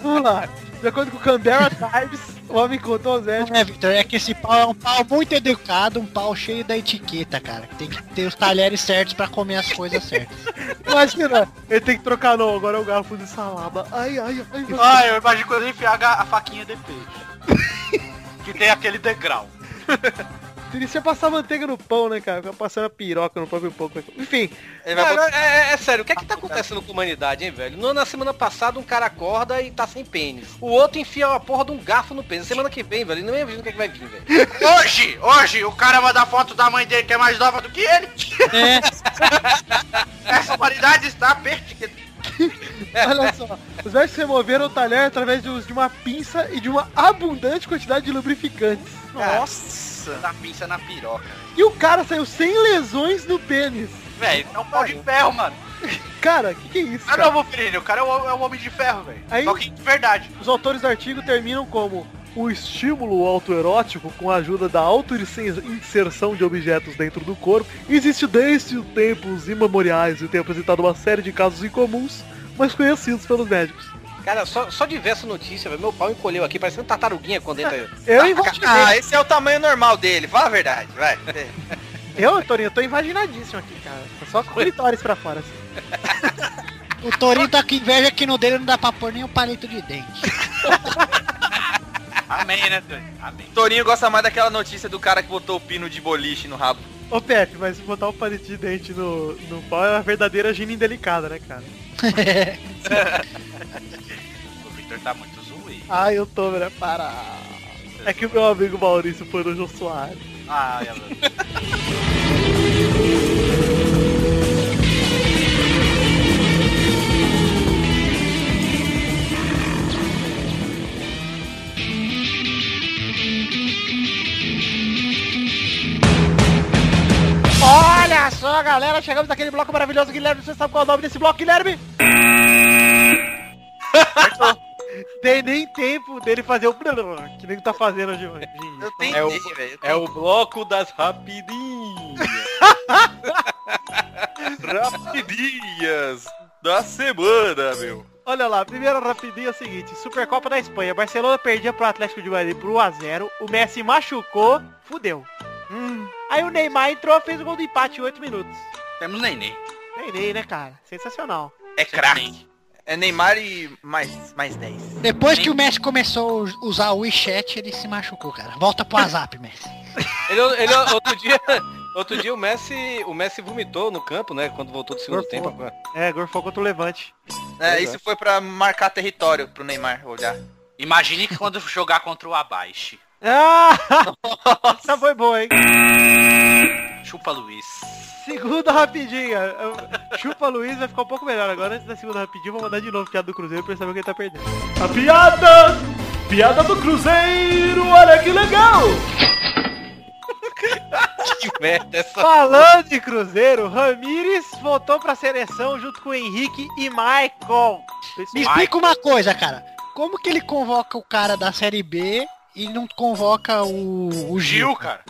Speaker 3: Vamos lá. De acordo com o Canberra Times, o homem contou aos médicos.
Speaker 7: Não é, Victor, é que esse pau é um pau muito educado, um pau cheio da etiqueta, cara. que Tem que ter os talheres certos pra comer as coisas certas.
Speaker 3: Imagina, ele tem que trocar não, agora é o garfo de salada. Ai, ai, ai. meu-
Speaker 2: Ah, eu imagino quando ele enfiar a ga- a faquinha de peixe. que tem aquele degrau.
Speaker 3: Triste é passar manteiga no pão, né, cara? Ficar passando a piroca no próprio pão. Enfim,
Speaker 1: Ele vai
Speaker 8: Cara,
Speaker 1: botar...
Speaker 8: é, é- é sério, o que é que tá acontecendo com a humanidade, hein, velho? No- Na semana passada, um cara acorda e tá sem pênis. O outro enfia a porra de um garfo no pênis. Semana que vem, velho, não imagino o que, é que vai vir, velho.
Speaker 2: Hoje, hoje, o cara manda foto da mãe dele que é mais nova do que ele.
Speaker 7: É.
Speaker 2: Essa humanidade está perdida. É.
Speaker 3: olha só. Os médicos removeram o talher através de uso de uma pinça e de uma abundante quantidade de lubrificantes.
Speaker 2: É. Nossa. Da pinça na piroca.
Speaker 3: E o cara saiu sem lesões no pênis.
Speaker 2: Velho, é um pau de ferro, mano.
Speaker 3: Cara, que que é isso?
Speaker 2: Ah
Speaker 3: cara?
Speaker 2: não, meu filho, o cara é um, é um homem de ferro, velho.
Speaker 3: Aí-
Speaker 2: Só que de verdade.
Speaker 3: Os autores do artigo terminam como o estímulo autoerótico com a ajuda da auto-inserção de objetos dentro do corpo existe desde tempos imemoriais e tem apresentado uma série de casos incomuns, mas conhecidos pelos médicos.
Speaker 8: Cara, só, só de ver essa notícia, velho, meu pau encolheu aqui, parecendo tartaruguinha quando entra.
Speaker 3: Eu invaginei.
Speaker 1: Ah, esse é o tamanho normal dele, fala a verdade, vai.
Speaker 3: Eu, Torinho, eu tô invaginadíssimo aqui, cara. Tô Só com clitóris pra fora. assim.
Speaker 7: O Torinho tá com inveja que no dele não dá pra pôr nem um palito de dente.
Speaker 2: Amém, né, Tony? Amém.
Speaker 1: Torinho gosta mais daquela notícia do cara que botou o pino de boliche no rabo.
Speaker 3: Ô Pepe, mas botar um palito de dente no, no pau é uma verdadeira gina indelicada, né, cara?
Speaker 2: O Victor tá muito zoado.
Speaker 3: Ai, Ah, eu tô, velho, para. É que o meu amigo Maurício foi no Jô Soares.
Speaker 2: Ah, ela...
Speaker 3: Olha só, galera, chegamos naquele bloco maravilhoso, Guilherme. Você sabe qual é o nome desse bloco, Guilherme? Tem nem tempo dele fazer o que nem tá fazendo hoje. hoje.
Speaker 1: Eu tentei,
Speaker 8: É o-
Speaker 1: velho.
Speaker 8: É o bloco das rapidinhas.
Speaker 1: Rapidinhas da semana, meu.
Speaker 3: Olha lá, primeiro rapidinho é o seguinte, Supercopa da Espanha, Barcelona perdia pro Atlético de Madrid por 1x0, o Messi machucou, fudeu. Aí o Neymar entrou, fez o gol do empate em 8 minutos.
Speaker 2: Temos neném.
Speaker 3: Neném, né, cara? Sensacional.
Speaker 2: É craque.
Speaker 1: É Neymar e mais, mais 10.
Speaker 7: Depois que o Messi começou a usar o WeChat, ele se machucou, cara. Volta pro WhatsApp, Messi.
Speaker 8: Ele, ele- outro dia, outro dia o Messi, o Messi vomitou no campo, né? Quando voltou do segundo
Speaker 3: Gorfou.
Speaker 8: tempo.
Speaker 3: É, gorfou contra o Levante.
Speaker 1: É, isso foi pra marcar território pro Neymar olhar.
Speaker 2: Imagine que quando jogar contra o Abaixe.
Speaker 3: Ah! Essa foi boa, hein?
Speaker 2: Chupa Luiz.
Speaker 3: Segunda rapidinha. Eu- Chupa Luiz vai ficar um pouco melhor agora. Antes da segunda rapidinha, eu vou mandar de novo piada do Cruzeiro pra ele saber o que ele tá perdendo.
Speaker 9: A piada! Piada do Cruzeiro, olha que legal!
Speaker 8: Que merda é essa.
Speaker 3: Falando de Cruzeiro, Ramires voltou pra seleção junto com Henrique e Maicon.
Speaker 7: Me explica uma coisa, cara. Como que ele convoca o cara da Série B e não convoca o, o Gil?
Speaker 2: cara.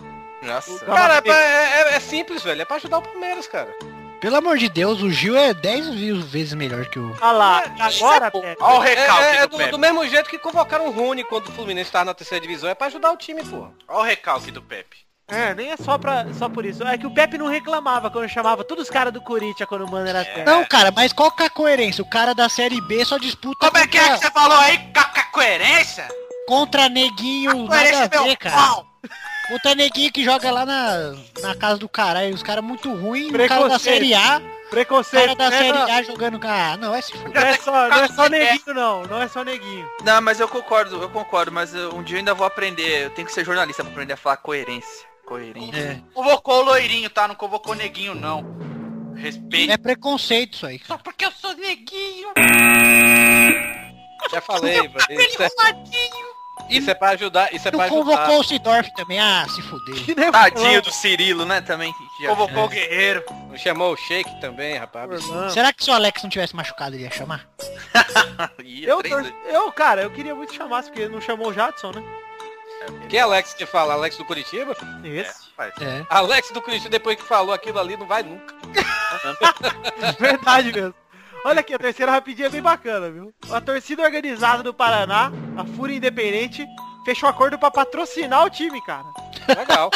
Speaker 8: Nossa. Cara, é, pra- é- é- é simples, velho. É pra ajudar o Palmeiras, cara.
Speaker 7: Pelo amor de Deus, o Gil é 10 mil vezes melhor que o...
Speaker 3: Olha lá,
Speaker 7: é
Speaker 3: agora, Pepe.
Speaker 2: Olha o recalque
Speaker 8: É, é- é
Speaker 2: do,
Speaker 8: do,
Speaker 2: Pepe.
Speaker 8: do mesmo jeito que convocaram o Rony quando o Fluminense tava na terceira divisão. É pra ajudar o time, pô.
Speaker 2: Olha o recalque do Pepe.
Speaker 3: É, nem é só, pra, só por isso. É que o Pepe não reclamava quando chamava todos os caras do Corinthians quando o mano era terra.
Speaker 7: Não, cara, mas qual que é a coerência? O cara da Série B só disputa
Speaker 2: Como é que é que você falou aí? Caca coerência?
Speaker 7: contra neguinho,
Speaker 2: é
Speaker 7: nada a ver, cara. Contra neguinho que joga lá na, na casa do caralho. Os caras muito ruins, o cara da
Speaker 3: Preconceito.
Speaker 7: Série A, o cara
Speaker 3: Preconceito.
Speaker 2: é
Speaker 7: da
Speaker 3: né?
Speaker 7: Série
Speaker 3: não,
Speaker 7: A jogando... Ah, não, é se fuder.
Speaker 3: não é só, não é só neguinho, não. Não é só neguinho.
Speaker 1: Não, mas eu concordo, eu concordo, mas eu- um dia eu ainda vou aprender, eu tenho que ser jornalista pra aprender a falar coerência. Coerência.
Speaker 7: É,
Speaker 2: Convocou o loirinho, tá? Não convocou neguinho, não. Respeito.
Speaker 7: é preconceito isso aí.
Speaker 2: Só porque eu sou neguinho.
Speaker 8: É. Já falei, velho. Isso é, isso é pra ajudar, isso é pra
Speaker 7: Não
Speaker 8: ajudar.
Speaker 7: convocou o Sidorf também. Ah, se fuder.
Speaker 3: Que nem
Speaker 1: Tadinho do Cirilo, né, também. que já-
Speaker 2: Convocou o guerreiro.
Speaker 8: Não Chamou o Shake também, rapaz.
Speaker 3: Orlando.
Speaker 7: Será que se o Alex não tivesse machucado, ele ia chamar?
Speaker 2: Ih,
Speaker 3: Eu,
Speaker 2: três
Speaker 3: tor-
Speaker 2: dois.
Speaker 3: eu, cara, eu queria muito chamar, porque ele não chamou o Jadson, né?
Speaker 8: Que é Alex que fala? Alex do Curitiba?
Speaker 3: Esse.
Speaker 7: É.
Speaker 8: Alex do Curitiba, depois que falou aquilo ali, não vai nunca.
Speaker 3: Verdade mesmo. Olha aqui, a terceira rapidinha é bem bacana, viu? A torcida organizada do Paraná, a Fúria Independente, fechou acordo pra patrocinar o time, cara.
Speaker 8: Legal.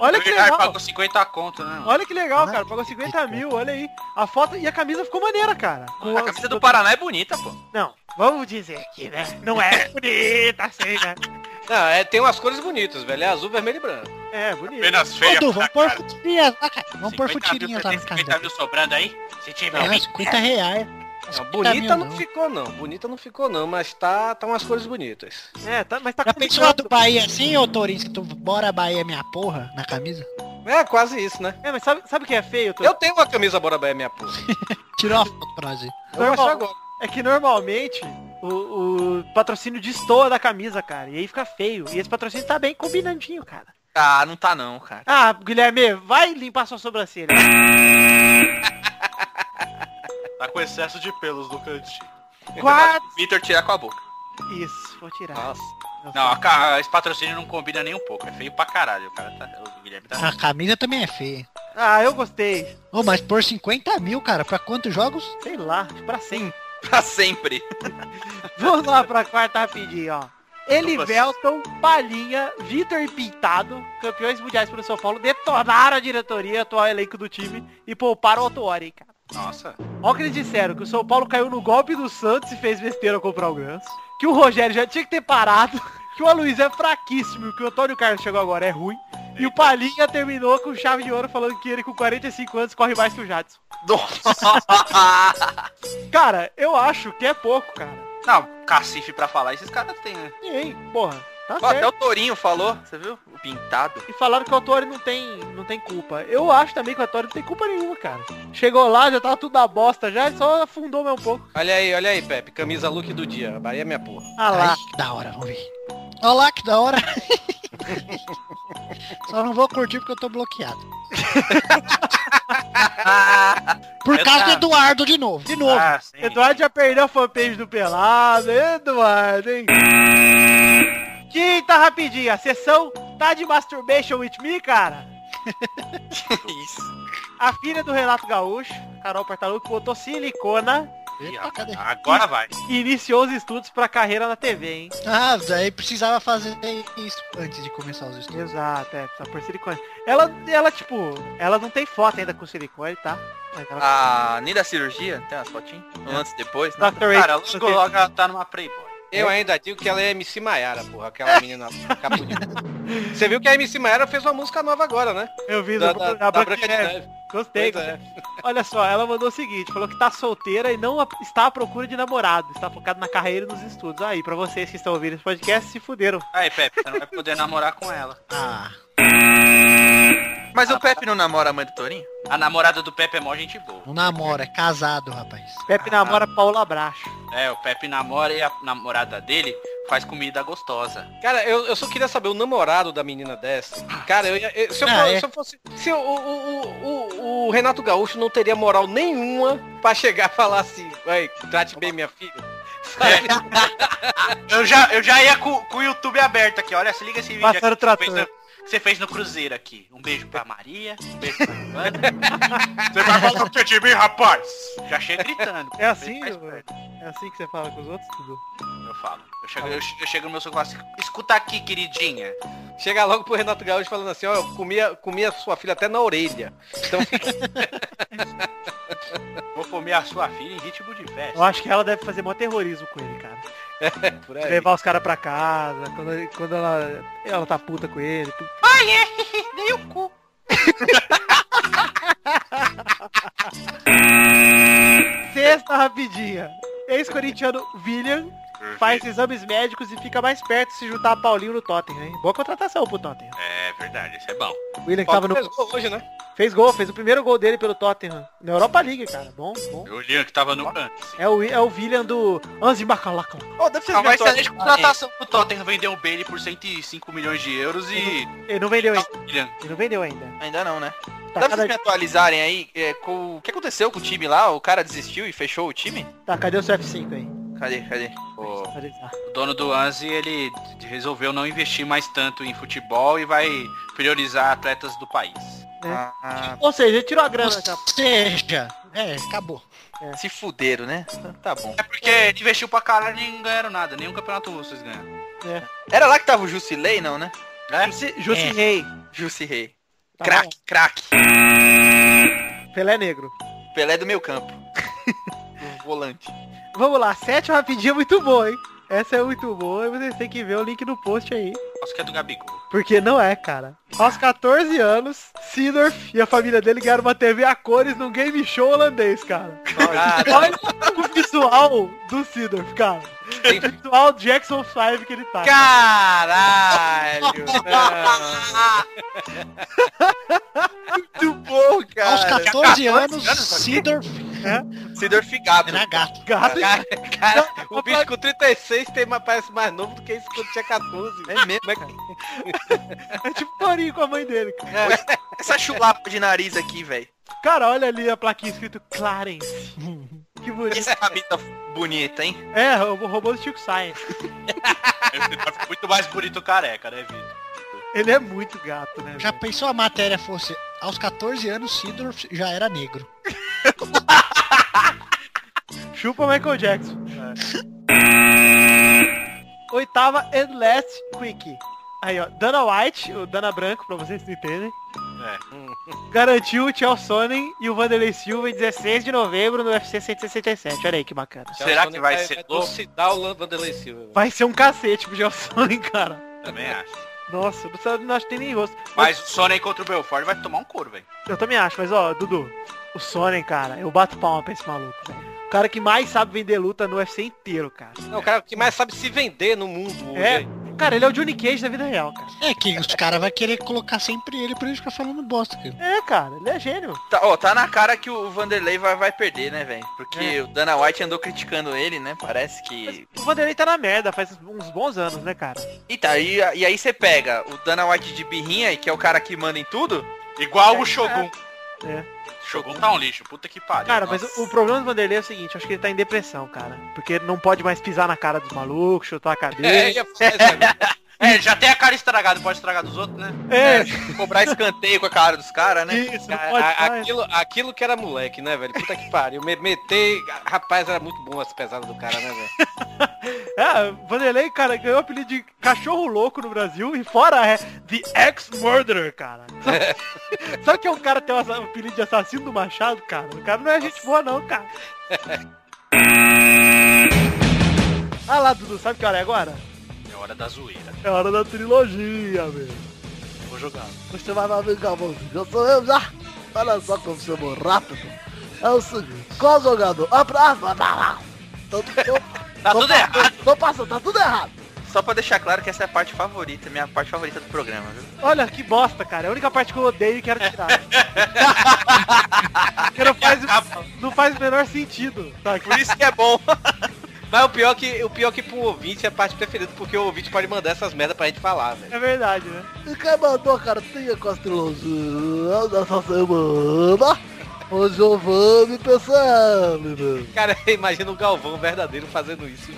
Speaker 3: Olha que
Speaker 2: Verdade,
Speaker 3: legal.
Speaker 2: pagou 50 conto, né? mano?
Speaker 3: Olha que legal,
Speaker 7: Ah,
Speaker 3: cara. Pagou 50 mil, olha aí. A foto e a camisa ficou maneira, cara. Com
Speaker 1: A camisa do Paraná é bonita, pô.
Speaker 3: Não, vamos dizer aqui, né? Não é bonita assim, né?
Speaker 8: Não, é, tem umas cores bonitas, velho. É azul, vermelho e branco.
Speaker 3: É, bonita.
Speaker 10: Apenas feia.
Speaker 7: Ô,
Speaker 10: pra
Speaker 7: Du, vamos pôr
Speaker 10: cara.
Speaker 7: futirinhas lá, cara. Vamos
Speaker 2: 50
Speaker 7: pôr
Speaker 2: mil,
Speaker 3: tá
Speaker 7: futirinhas lá
Speaker 2: tem
Speaker 7: no
Speaker 2: 50
Speaker 7: canal.
Speaker 2: mil sobrando aí? Se tiver.
Speaker 7: É, 50 reais.
Speaker 8: Não,
Speaker 7: 50
Speaker 8: bonita
Speaker 7: mil,
Speaker 8: não ficou, não. Bonita não ficou, não. Mas tá, tá umas cores bonitas.
Speaker 3: É, tá, mas tá
Speaker 7: Já pensou a
Speaker 3: combinando.
Speaker 7: do Bahia assim, ô Torinho? Que tu bora Bahia minha porra na camisa?
Speaker 8: É, quase isso, né?
Speaker 3: É, mas sabe, sabe o que é feio, Tô?
Speaker 8: Eu tenho uma camisa Bora Bahia, minha porra.
Speaker 7: Tirou a foto pra nós aí.
Speaker 8: Eu vou achar agora.
Speaker 3: É que normalmente o, o patrocínio destoa da camisa, cara. E aí fica feio. E esse patrocínio tá bem combinandinho, cara.
Speaker 1: Ah, não tá não, cara.
Speaker 3: Ah, Guilherme, vai limpar sua sobrancelha.
Speaker 10: Tá com excesso de pelos do cantinho.
Speaker 3: Quatro.
Speaker 1: Vitor tirar com a boca.
Speaker 3: Isso, vou tirar.
Speaker 8: Nossa.
Speaker 2: Não, a ca- esse patrocínio não combina nem um pouco. É feio pra caralho. O cara tá. O Guilherme tá.
Speaker 7: A camisa também é feia.
Speaker 3: Ah, eu gostei.
Speaker 7: Ô, mas por 50 mil, cara, pra quantos jogos?
Speaker 3: Sei lá, pra sempre.
Speaker 1: Pra sempre.
Speaker 3: Vamos lá pra quarta rapidinho, ó. Elivelton, Palhinha, Vitor e Pintado, campeões mundiais pelo São Paulo, detonaram a diretoria, atual elenco do time e pouparam o Otuori, cara.
Speaker 2: Nossa.
Speaker 3: Olha o que eles disseram, que o São Paulo caiu no golpe do Santos e fez besteira ao comprar o Ganso. Que o Rogério já tinha que ter parado. Que o Aloysio é fraquíssimo. Que o Antônio Carlos chegou agora é ruim. E o Palinha terminou com chave de ouro falando que ele com 45 anos corre mais que o Jadson. Cara, eu acho que é pouco, cara.
Speaker 2: Não, cacife pra falar, esses caras têm, né?
Speaker 3: Ei, porra. Tá
Speaker 1: Ó, até
Speaker 3: certo.
Speaker 1: o Torinho falou, você viu? O pintado.
Speaker 3: E falaram que o Autori não tem, não tem culpa. Eu acho também que o Autori não tem culpa nenhuma, cara. Chegou lá, já tava tudo na bosta já, ele só afundou mais um pouco.
Speaker 8: Olha aí, olha aí, Pepe. Camisa look do dia. Bahia, é minha porra.
Speaker 3: Ah lá.
Speaker 7: Ai, que da hora, vamos ver. Olha lá, que da hora. Só não vou curtir porque eu tô bloqueado. Por
Speaker 1: Ah,
Speaker 2: Eu
Speaker 7: causa do
Speaker 2: tava.
Speaker 7: Eduardo de novo. De novo.
Speaker 2: Ah, sim.
Speaker 3: Eduardo já perdeu a fanpage do Pelado, Eduardo, hein? Quinta rapidinha, sessão tá de masturbation with me, cara.
Speaker 1: Isso.
Speaker 3: A filha do Renato Gaúcho, Carol Portaluco, botou silicona
Speaker 2: Ih,
Speaker 7: Eita, cadê?
Speaker 2: rapaz, Agora vai.
Speaker 3: e iniciou os estudos pra carreira na TV, hein?
Speaker 7: Ah, daí precisava fazer isso antes de começar os estudos.
Speaker 3: Exato, é, só por silicone. Ela, ela, tipo, ela não tem foto ainda com silicone, tá? Mas ela...
Speaker 1: Ah, nem da cirurgia? Tem umas fotinhas? Um Antes e depois? Né?
Speaker 3: Dr. Ray-
Speaker 2: Cara, logo logo ela tá numa Playboy.
Speaker 8: Eu ainda digo que ela é MC Maiara, porra. Aquela menina capulinha. Você viu que a MC Maiara fez uma música nova agora, né?
Speaker 3: Eu vi
Speaker 8: Da,
Speaker 3: na
Speaker 8: da- da
Speaker 3: Branca de Neve. Gostei,
Speaker 8: Pois é.
Speaker 3: gostei. Olha só, ela mandou o seguinte, falou que tá solteira e não a- está à procura de namorado, está focado na carreira e nos estudos. Aí, pra vocês que estão ouvindo esse podcast, se fuderam.
Speaker 2: Aí, Pepe, você não vai poder namorar com ela. tá
Speaker 7: Ah,
Speaker 1: Mas o Pepe não namora a mãe do Torinho?
Speaker 2: A namorada do Pepe é mó gente boa.
Speaker 7: Não namora, é casado, rapaz.
Speaker 3: Pepe namora Paula Bracho.
Speaker 2: É, o Pepe namora e a namorada dele faz comida gostosa.
Speaker 8: Cara, eu, eu só queria saber o namorado da menina dessa. Cara, eu, ia- eu- se, eu,
Speaker 7: Ah,
Speaker 8: fo-
Speaker 7: é.
Speaker 8: se eu fosse. Se eu- o, o, o, o- o Renato Gaúcho não teria moral nenhuma pra chegar e falar assim, vai, trate bem minha filha. Sabe?
Speaker 2: Eu já, eu já ia com, com o YouTube aberto aqui, olha, se liga esse vídeo
Speaker 3: Passaram
Speaker 2: aqui
Speaker 3: o trator.
Speaker 2: Que, você fez no, que você fez no Cruzeiro aqui. Um beijo pra Maria, um beijo pra Ivana.
Speaker 10: Você vai falar o que de mim, rapaz?
Speaker 2: Já chega gritando.
Speaker 3: É assim,
Speaker 2: Mais
Speaker 3: Dudu? é assim que você fala com os outros, Dudu?
Speaker 2: Eu falo. Eu
Speaker 10: Tá
Speaker 2: chego, eu, eu chego no meu sofá e falo assim, escuta aqui, queridinha.
Speaker 8: Chegar logo pro Renato Gaúcho falando assim, ó, eu comia, comia sua filha até na orelha. Então,
Speaker 2: Vou comer a sua filha em ritmo de festa.
Speaker 3: Eu acho que ela deve fazer mó terrorismo com ele, cara.
Speaker 8: por
Speaker 3: De
Speaker 8: aí.
Speaker 3: levar os caras pra casa, quando, ele- quando ela, ela tá puta com ele. tudo. Sexta rapidinha. Ex-corintiano William faz exames médicos e fica mais perto se juntar a Paulinho no Tottenham, hein? Boa contratação pro Tottenham.
Speaker 2: É verdade, isso é bom.
Speaker 3: William que tava no...
Speaker 8: Fez gol hoje, né?
Speaker 3: Fez gol, fez o primeiro gol dele pelo Tottenham. Na Europa League, cara. Bom, bom.
Speaker 2: Eu li que tava no canto. assim.
Speaker 3: É o, é o William do Anzi Macalacan.
Speaker 8: Ó, deve ser
Speaker 2: É uma excelente
Speaker 8: tá-
Speaker 2: contratação pro Tottenham vender o Bailey por 105 milhões de euros e...
Speaker 3: Ele não vendeu ainda.
Speaker 2: William.
Speaker 3: Ele não vendeu ainda.
Speaker 1: Ainda não, né? Dá pra
Speaker 3: Tá cada-
Speaker 1: vocês me atualizarem aí? é, com- O que aconteceu com o time lá? O cara desistiu e fechou o time?
Speaker 3: Tá, cadê o seu F5 aí?
Speaker 1: Cadê? Cadê?
Speaker 2: O
Speaker 3: Cadê? Ah,
Speaker 2: o dono do Anzi, ele d- resolveu não investir mais tanto em futebol e vai priorizar atletas do país.
Speaker 1: Ah,
Speaker 3: Ou seja, ele tirou a
Speaker 7: Ou
Speaker 3: grana. tá?
Speaker 7: seja, é, acabou.
Speaker 1: ah, se fuderam, né? Tá bom.
Speaker 2: É porque ele investiu pra caralho e não ganharam nada. Nenhum campeonato russo eles ganharam.
Speaker 1: Era lá que tava o Jusilei, não, né?
Speaker 3: Jussi Jussi
Speaker 7: É.
Speaker 3: Rei.
Speaker 1: Jusilei.
Speaker 3: Tá
Speaker 1: craque, craque.
Speaker 3: bom. Pelé Negro.
Speaker 1: Pelé do meio campo.
Speaker 8: Um
Speaker 1: o volante.
Speaker 3: Vamos lá, sete rapidinha muito boa, hein? Essa é muito boa e vocês têm que ver o link no post aí.
Speaker 2: Nossa, que é do Gabigol.
Speaker 3: Porque não é, cara. Aos 14 anos, Sidorf e a família dele ganharam uma TV a cores num game show holandês, cara.
Speaker 8: Ah,
Speaker 2: Ah,
Speaker 3: Olha o visual do Sidorf, cara. O visual Jackson 5 que ele tá.
Speaker 1: Caralho! Muito bom,
Speaker 3: Ah,
Speaker 7: Aos
Speaker 3: é.
Speaker 1: cara.
Speaker 7: 14 anos, Sidor
Speaker 1: Sidorf Gabi.
Speaker 7: era gato.
Speaker 3: Gato,
Speaker 8: Cara, o bicho com 36 tem, mais- parece mais novo do que isso quando tinha 14. velho.
Speaker 1: É mesmo.
Speaker 8: Como é que-
Speaker 3: é tipo Torinho com a mãe dele. cara.
Speaker 1: Essa chulapa de nariz aqui, velho.
Speaker 3: Cara, olha ali a plaquinha escrito Clarence. Que bonito.
Speaker 1: Essa camisa bonita, hein?
Speaker 3: É, o robô do Chico Science.
Speaker 2: tá Muito mais bonito careca, né, Vitor?
Speaker 3: Ele é muito gato, né?
Speaker 7: Já pensou a matéria fosse aos 14 anos, Sidor já era negro.
Speaker 3: Chupa Michael Jackson. É. Oitava and last quick. Aí, ó. Dana White, o Dana Branco, pra vocês não entenderem.
Speaker 2: É.
Speaker 3: Garantiu o Tchel Sonnen e o Vanderlei Silva em 16 de novembro no UFC 167. Olha aí que bacana.
Speaker 2: Será que vai ser louco?
Speaker 8: trucidar o Lan- Vanderlei Silva. velho.
Speaker 3: Vai ser um cacete pro Tchel Sonnen, cara.
Speaker 2: Também acho.
Speaker 3: Nossa, não, sabe- não acho que tem nem rosto. Mas,
Speaker 2: Mas o Sony contra o Belfort vai tomar um couro, velho.
Speaker 3: eu também acho, mas ó, Dudu, o Sonnen, cara, eu bato palma pra esse maluco, velho. O cara que mais sabe vender luta no UFC inteiro, cara.
Speaker 8: Não, o cara que mais sabe se vender no mundo hoje.
Speaker 3: É,
Speaker 8: hein?
Speaker 3: cara, ele é o Johnny Cage da vida real, cara.
Speaker 7: É que os caras vão querer colocar sempre ele pra ele ficar falando bosta, cara.
Speaker 3: É, cara, ele é gênio.
Speaker 1: Tá, ó, tá na cara que o Vanderlei vai, vai perder, né, velho? Porque o Dana White andou criticando ele, né? Parece que.
Speaker 3: O Vanderlei tá na merda faz uns bons anos, né, cara?
Speaker 1: E, tá, e, e aí você pega o Dana White de birrinha, que é o cara que manda em tudo.
Speaker 2: Igual o Shogun.
Speaker 3: É.
Speaker 2: Shogun tá um lixo, puta que pariu.
Speaker 3: Cara, mas
Speaker 1: Nossa.
Speaker 3: o, o problema do Vanderlei é o seguinte, acho que ele tá em depressão, cara. Porque não pode mais pisar na cara dos malucos, chutar a
Speaker 8: É,
Speaker 3: cadeira.
Speaker 8: ia falar isso agora.
Speaker 2: É, já tem a cara estragada, pode estragar dos outros, né?
Speaker 3: É,
Speaker 1: Cobrar escanteio com a cara dos caras, né?
Speaker 3: isso, não
Speaker 8: A-
Speaker 3: pode
Speaker 8: É, a-
Speaker 3: mais.
Speaker 8: aquilo, aquilo que era moleque, né, velho? Puta que pariu. Me meter. Rapaz, era muito bom as pesadas do cara, né, velho?
Speaker 3: É, o Vanderlei, cara, ganhou o apelido de cachorro louco no Brasil e fora é The Ex-Murderer, cara. Só, só que é um cara que tem o assa- o apelido de assassino do Machado, cara. O cara não é gente boa não, cara. ah lá, Dudu, sabe que hora é agora?
Speaker 2: É hora da zoeira.
Speaker 3: É hora da trilogia, velho.
Speaker 2: Vou jogar.
Speaker 6: Você vai lá brincar, mãozinho. Eu sou eu já. Olha só como chamou rápido. É o seguinte, qual jogador? Ah, pra... ah, blá, blá, blá. Tô, tô,
Speaker 2: Tá tudo errado.
Speaker 6: tô passando, tá tudo errado.
Speaker 1: Só pra deixar claro que essa é a parte favorita, minha parte favorita do programa, viu?
Speaker 3: Olha, que bosta, cara. É a única parte que eu odeio e quero tirar. Porque não faz, não faz o menor sentido. Tá?
Speaker 8: Por isso que é bom. Mas o pior é que o pior que pro ouvinte é a parte preferida, porque o ouvinte pode mandar essas merdas pra gente falar, velho.
Speaker 3: É verdade, né?
Speaker 6: E quem mandou, cara, tem a Costilosa dessa semana. O Giovanni Pessoal, meu. Ah,
Speaker 8: Cara, imagina o Galvão verdadeiro fazendo isso.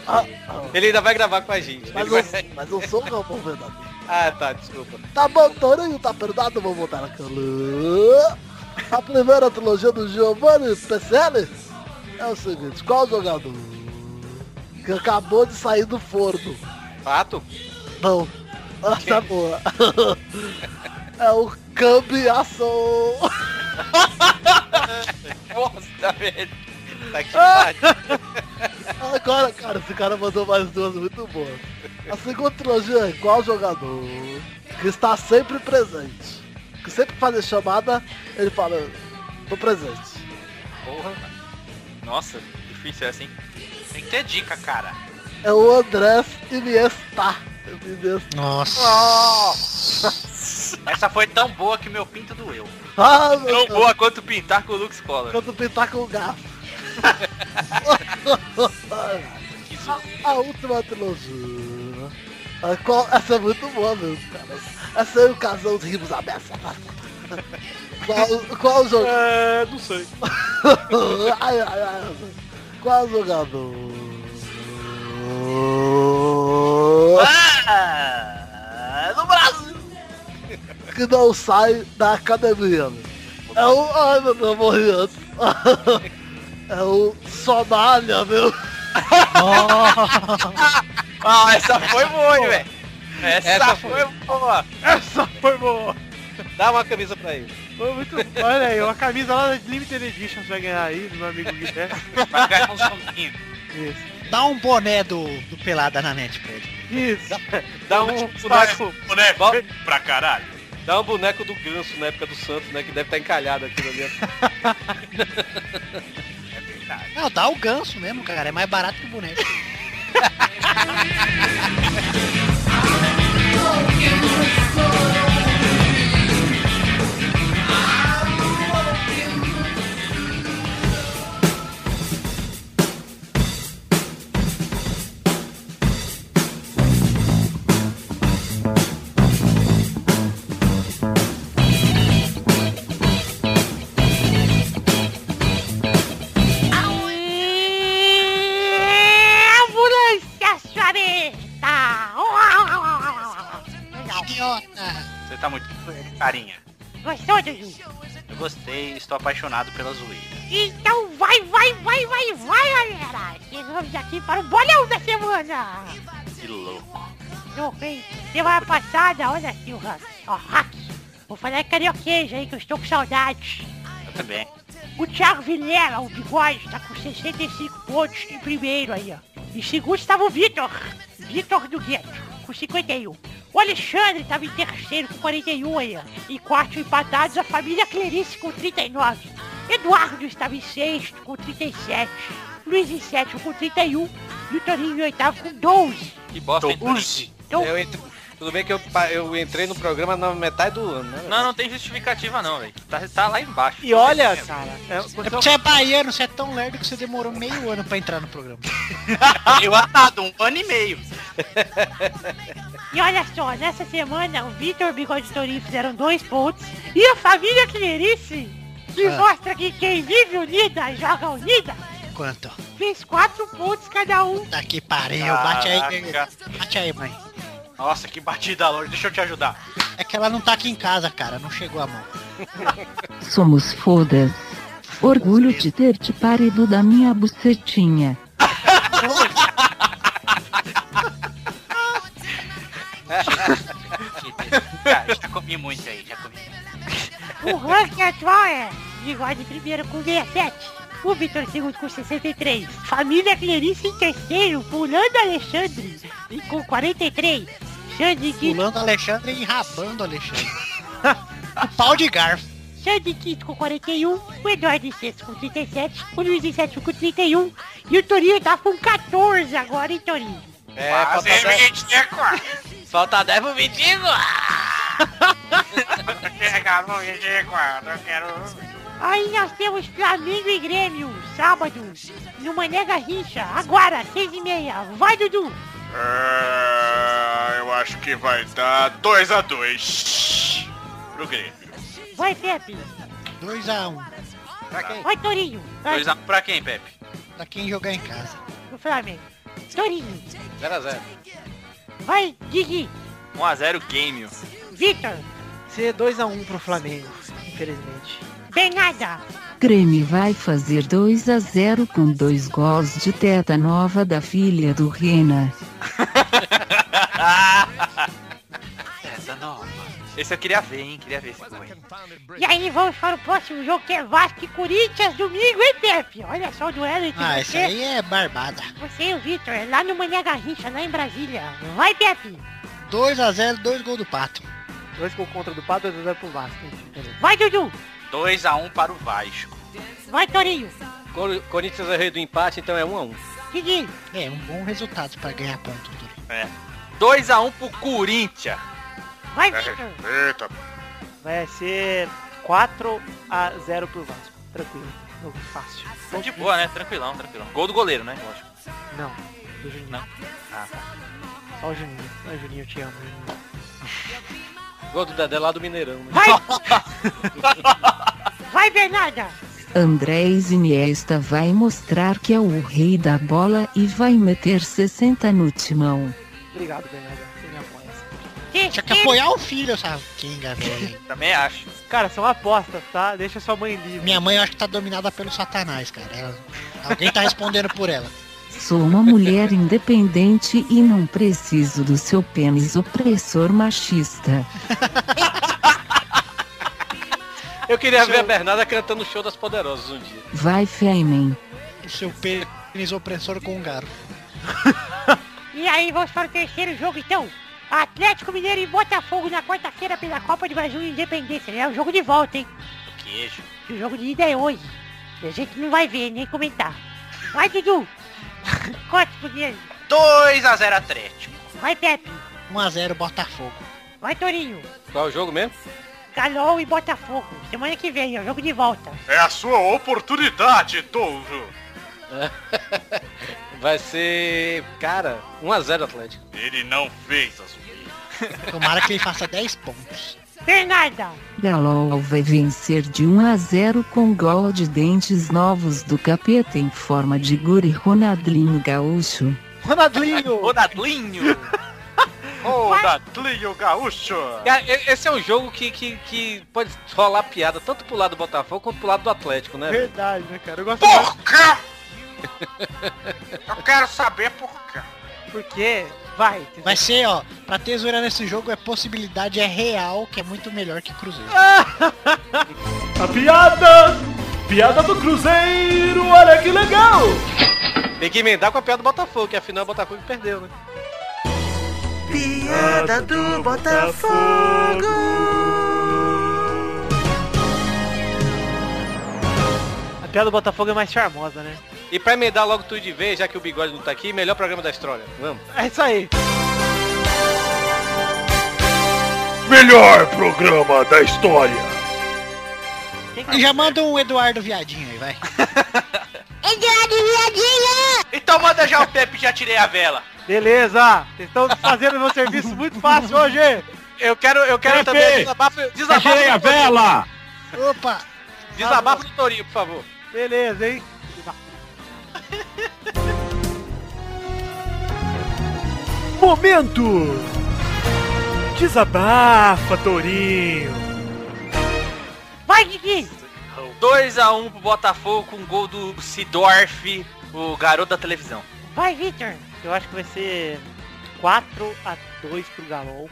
Speaker 8: Ele ainda vai gravar com a gente.
Speaker 6: Mas
Speaker 8: Ele vai-
Speaker 6: eu, mas eu sou o Galvão verdadeiro.
Speaker 8: Ah, tá, desculpa.
Speaker 6: Tá bom, Torinho, tá perdoado, vou voltar aqui. A primeira trilogia do Giovanni Pecelli é o seguinte, qual jogador que acabou de sair do forno?
Speaker 8: Fato?
Speaker 6: Não, essa é boa. É o Cambiação.
Speaker 1: Bosta, velho.
Speaker 8: Tá que
Speaker 6: Agora, cara, esse cara mandou mais duas muito boas. A segunda trilogia é qual jogador que está sempre presente? Que sempre que fazer chamada, ele fala, tô presente.
Speaker 1: Porra. Nossa, difícil é assim.
Speaker 2: Tem que ter dica, cara.
Speaker 6: É o Andrés Iniesta. Iniesta.
Speaker 2: Essa foi tão boa que meu pinto doeu.
Speaker 6: Ah, meu
Speaker 1: Tão
Speaker 6: Deus.
Speaker 1: boa quanto pintar com o Lux Collar.
Speaker 6: Quando pintar com o garfo. a, a última trilogia. A qual- essa é muito boa mesmo, cara. Essa é o casal de rimos abertos. Qual, qual jogo?
Speaker 11: É, não sei.
Speaker 6: ai, ai, ai. Qual jogador?
Speaker 2: Ah, no Brasil!
Speaker 6: Que não sai da academia. né? É o. Ai meu Deus, eu morri antes. É o Somália, meu.
Speaker 1: Ah, essa foi boa, hein, velho. Essa,
Speaker 8: Essa
Speaker 1: foi boa.
Speaker 3: Essa É foi boa.
Speaker 8: Dá uma camisa pra ele.
Speaker 3: Foi muito... Olha aí, uma camisa lá da Limited Edition você vai ganhar aí, do meu amigo Guilherme.
Speaker 2: Vai ganhar um soninho.
Speaker 3: Isso.
Speaker 12: Dá um boné do, do Pelada na net pra ele.
Speaker 3: Isso. Tipo,
Speaker 8: Dá um
Speaker 3: Vai,
Speaker 8: boneco,
Speaker 2: Boneco
Speaker 8: Bom.
Speaker 2: pra caralho.
Speaker 8: dá um boneco do Ganso na época do Santos, né? Que deve estar encalhado aqui ali.
Speaker 2: É verdade.
Speaker 7: Ah,
Speaker 12: Não, dá o ganso mesmo, cara. É mais barato que o boneco.
Speaker 7: Ambulância choreta!
Speaker 12: Idiota!
Speaker 2: Você tá muito carinha.
Speaker 7: Gostou, Dudu?
Speaker 2: Eu gostei, estou apaixonado pela zoeira.
Speaker 7: Então vai, vai, vai, vai, vai, galera! Chegamos aqui para o bolão da semana!
Speaker 2: Que louco.
Speaker 7: Louco, hein? Semana passada, olha aqui o hack. Ó, hack. Vou falar em carioquês aí, que eu estou com saudades.
Speaker 2: Eu também.
Speaker 7: O Thiago Vilela, o bigode, tá com 65 pontos em primeiro aí, ó. Em segundo estava o Vitor. Vitor do Gueto, com 51. O Alexandre estava em terceiro com 41 aí, ó. Em quarto empatados, a família Clarice com 39. Eduardo estava em sexto com 37. Luiz em sétimo com 31. Vitorinho em oitavo com 12.
Speaker 1: Que bosta, hein?
Speaker 7: Então,
Speaker 8: Eu entre- Tudo bem que eu, pa- eu entrei no programa na metade do ano, né?
Speaker 1: Não, não tem justificativa não, velho. Tá, tá lá embaixo.
Speaker 3: E olha, cara, é, você
Speaker 12: É porque você é baiano, você é tão lerdo que você demorou meio ano pra entrar no programa.
Speaker 13: Eu atado, um ano e meio.
Speaker 7: E olha só, nessa semana o Vitor e o Bigode Torinho fizeram dois pontos e a família Clerice, que
Speaker 6: É.
Speaker 12: Ah.
Speaker 7: mostra que quem vive unida joga unida,
Speaker 12: Quanto?
Speaker 7: fez quatro pontos cada um.
Speaker 12: Tá que pariu. Bate aí, bate aí, mãe.
Speaker 13: Nossa, que batida longe. Deixa eu te ajudar.
Speaker 12: É que ela não tá aqui em casa, cara. Não chegou a mão.
Speaker 4: Somos fodas. Orgulho de ter te parido da minha bucetinha.
Speaker 13: já, já comi muito aí, já comi.
Speaker 7: O ranking atual é Bigode em primeiro com 67, o Vitor em segundo com 63, família Clerice em terceiro, pulando Alexandre e com 43, Xande em quinto,
Speaker 12: Pulando Alexandre e rabando Alexandre. o pau de garfo.
Speaker 7: Xande em quinto com 41, o Eduardo em sexto com um, 37, o Luiz em sétimo com 31 e o Torinho tá com 14 agora, hein, Torinho?
Speaker 8: É,
Speaker 10: Quase
Speaker 8: falta 10.
Speaker 10: 25.
Speaker 8: Falta 10 pro 25.
Speaker 10: Vou pegar no 24, eu quero...
Speaker 14: Aí nós temos Flamengo e Grêmio, sábado, no Mané Garrincha, agora, seis e meia. Vai, Dudu!
Speaker 10: Ah, eu acho que vai dar 2x2 pro Grêmio.
Speaker 14: Vai, Pepe!
Speaker 7: 2x1.
Speaker 10: Pra quem?
Speaker 14: Vai, Torinho! Vai,
Speaker 2: 2x1 pra quem, Pepe?
Speaker 7: Pra quem jogar em casa.
Speaker 14: pro Flamengo! Torinho!
Speaker 8: 0x0.
Speaker 14: Vai, Gigi!
Speaker 1: 1x0 game.
Speaker 14: Vitor!
Speaker 3: Ser 2x1 pro Flamengo, infelizmente.
Speaker 14: Bernarda!
Speaker 4: Grêmio vai fazer 2 a 0 com dois gols de teta nova da filha do Rena.
Speaker 1: Essa nova. Esse eu queria ver, hein? Queria ver esse gol. aí.
Speaker 14: E aí vamos para o próximo jogo que é Vasco e Corinthians, domingo, hein, Pepe? Olha só o duelo entre
Speaker 7: Ah, isso
Speaker 14: você,
Speaker 7: aí é barbada.
Speaker 14: você e o Vitor, é lá no Mané Garrincha, lá em Brasília. Vai, Pepe!
Speaker 7: 2x0, dois gols do Pato.
Speaker 3: Dois gols contra do Pato, 2x0 pro Vasco.
Speaker 14: Vai, Dudu!
Speaker 2: 2x1 para o Vasco.
Speaker 14: Vai, Torinho!
Speaker 8: Cor- Corinthians é rei do empate, então é 1x1.
Speaker 14: Gigi!
Speaker 7: É, um bom resultado pra ganhar ponto.
Speaker 1: É. 2x1 pro Corinthians.
Speaker 14: Vai, Vitor!
Speaker 10: Eita,
Speaker 3: Vai ser 4x0 pro Vasco. Tranquilo. Jogo fácil.
Speaker 1: Tá De boa, né? Tranquilão, tranquilão. Gol do goleiro, né? Lógico.
Speaker 3: Não, do Juninho.
Speaker 1: Não. Ah, tá.
Speaker 3: Ó o Juninho. Ó o Juninho, eu te amo, Juninho.
Speaker 8: Gol do Dedé lá do Mineirão, né?
Speaker 14: Vai! Vai, Bernarda!
Speaker 4: Andrés Iniesta vai mostrar que é o rei da bola e vai meter 60 no timão.
Speaker 3: Obrigado, Bernardo. Você me apoia.
Speaker 7: Tinha que apoiar o filho, essa Kinga, velho.
Speaker 1: Também acho.
Speaker 3: Cara, são apostas, tá? Deixa sua mãe livre.
Speaker 7: Minha mãe eu acho que tá dominada pelo satanás, cara. Ela- Alguém tá respondendo por ela.
Speaker 4: Sou uma mulher independente e não preciso do seu pênis opressor machista.
Speaker 8: Eu queria ver a Bernarda cantando o show das poderosas um dia.
Speaker 4: Vai Femen.
Speaker 7: O seu pênis opressor com um garo.
Speaker 14: E aí vamos para o terceiro jogo então. Atlético Mineiro e Botafogo na quarta-feira pela Copa do Brasil e Independência. É um jogo de volta, hein?
Speaker 1: Queijo.
Speaker 14: Que o jogo de ida é hoje. E a gente não vai ver, nem comentar. Vai, Dudu! Corte pro dinheiro.
Speaker 2: 2x0 Atlético.
Speaker 14: Vai, Pepe!
Speaker 7: 1x0 Botafogo.
Speaker 14: Vai, Torinho!
Speaker 8: Qual é o jogo mesmo?
Speaker 14: Galol e Botafogo. Semana que vem, é o jogo de volta.
Speaker 10: é a sua oportunidade, touro.
Speaker 8: Vai ser. Cara, 1x0 Atlético.
Speaker 10: Ele não fez a sua.
Speaker 7: Tomara que ele faça 10 pontos.
Speaker 14: Bernarda!
Speaker 4: Galol vai vencer de 1 a 0 com gol de dentes novos do capeta em forma de guri Ronaldinho Gaúcho.
Speaker 3: Ronaldinho!
Speaker 1: Rodadlinho.
Speaker 10: Ô, Datlinho Gaúcho.
Speaker 8: Cara, e- esse é um jogo que, que, que pode rolar piada tanto pro lado do Botafogo quanto pro lado do Atlético, né? velho?
Speaker 3: Verdade, né, cara? Eu gosto
Speaker 10: Por quê? Eu quero saber por quê.
Speaker 3: mais porque... Vai, entendeu?
Speaker 7: Vai ser, ó, pra tesoura nesse jogo é possibilidade, é real, que é muito melhor que Cruzeiro.
Speaker 8: Ah,
Speaker 9: A piada! Piada do Cruzeiro, olha que legal!
Speaker 8: Tem que emendar com a piada do Botafogo, que afinal o Botafogo perdeu, né?
Speaker 9: Piada do Botafogo!
Speaker 3: A piada do Botafogo é mais charmosa, né?
Speaker 8: E pra emendar logo tudo de vez, já que o Bigode não tá aqui, melhor programa da história. Vamos.
Speaker 3: É isso aí.
Speaker 9: Melhor programa da história!
Speaker 7: E já manda um Eduardo Viadinho aí, vai.
Speaker 2: Então manda já o Pepe, já tirei a vela.
Speaker 3: Beleza! Vocês estão fazendo meu serviço muito fácil hoje!
Speaker 8: Eu quero, eu
Speaker 9: Pepe!
Speaker 8: quero também desabafo,
Speaker 9: Tirei a
Speaker 8: desabafo,
Speaker 9: vela!
Speaker 7: Opa!
Speaker 8: desabafo do Torinho, por favor.
Speaker 3: Beleza, hein?
Speaker 9: Momento! Desabafa, Torinho!
Speaker 14: Vai, Gigi!
Speaker 1: 2x1 pro Botafogo com gol do Sidorf, o garoto da televisão.
Speaker 14: Vai, Vitor!
Speaker 3: Eu acho que vai ser 4x2 pro Galol.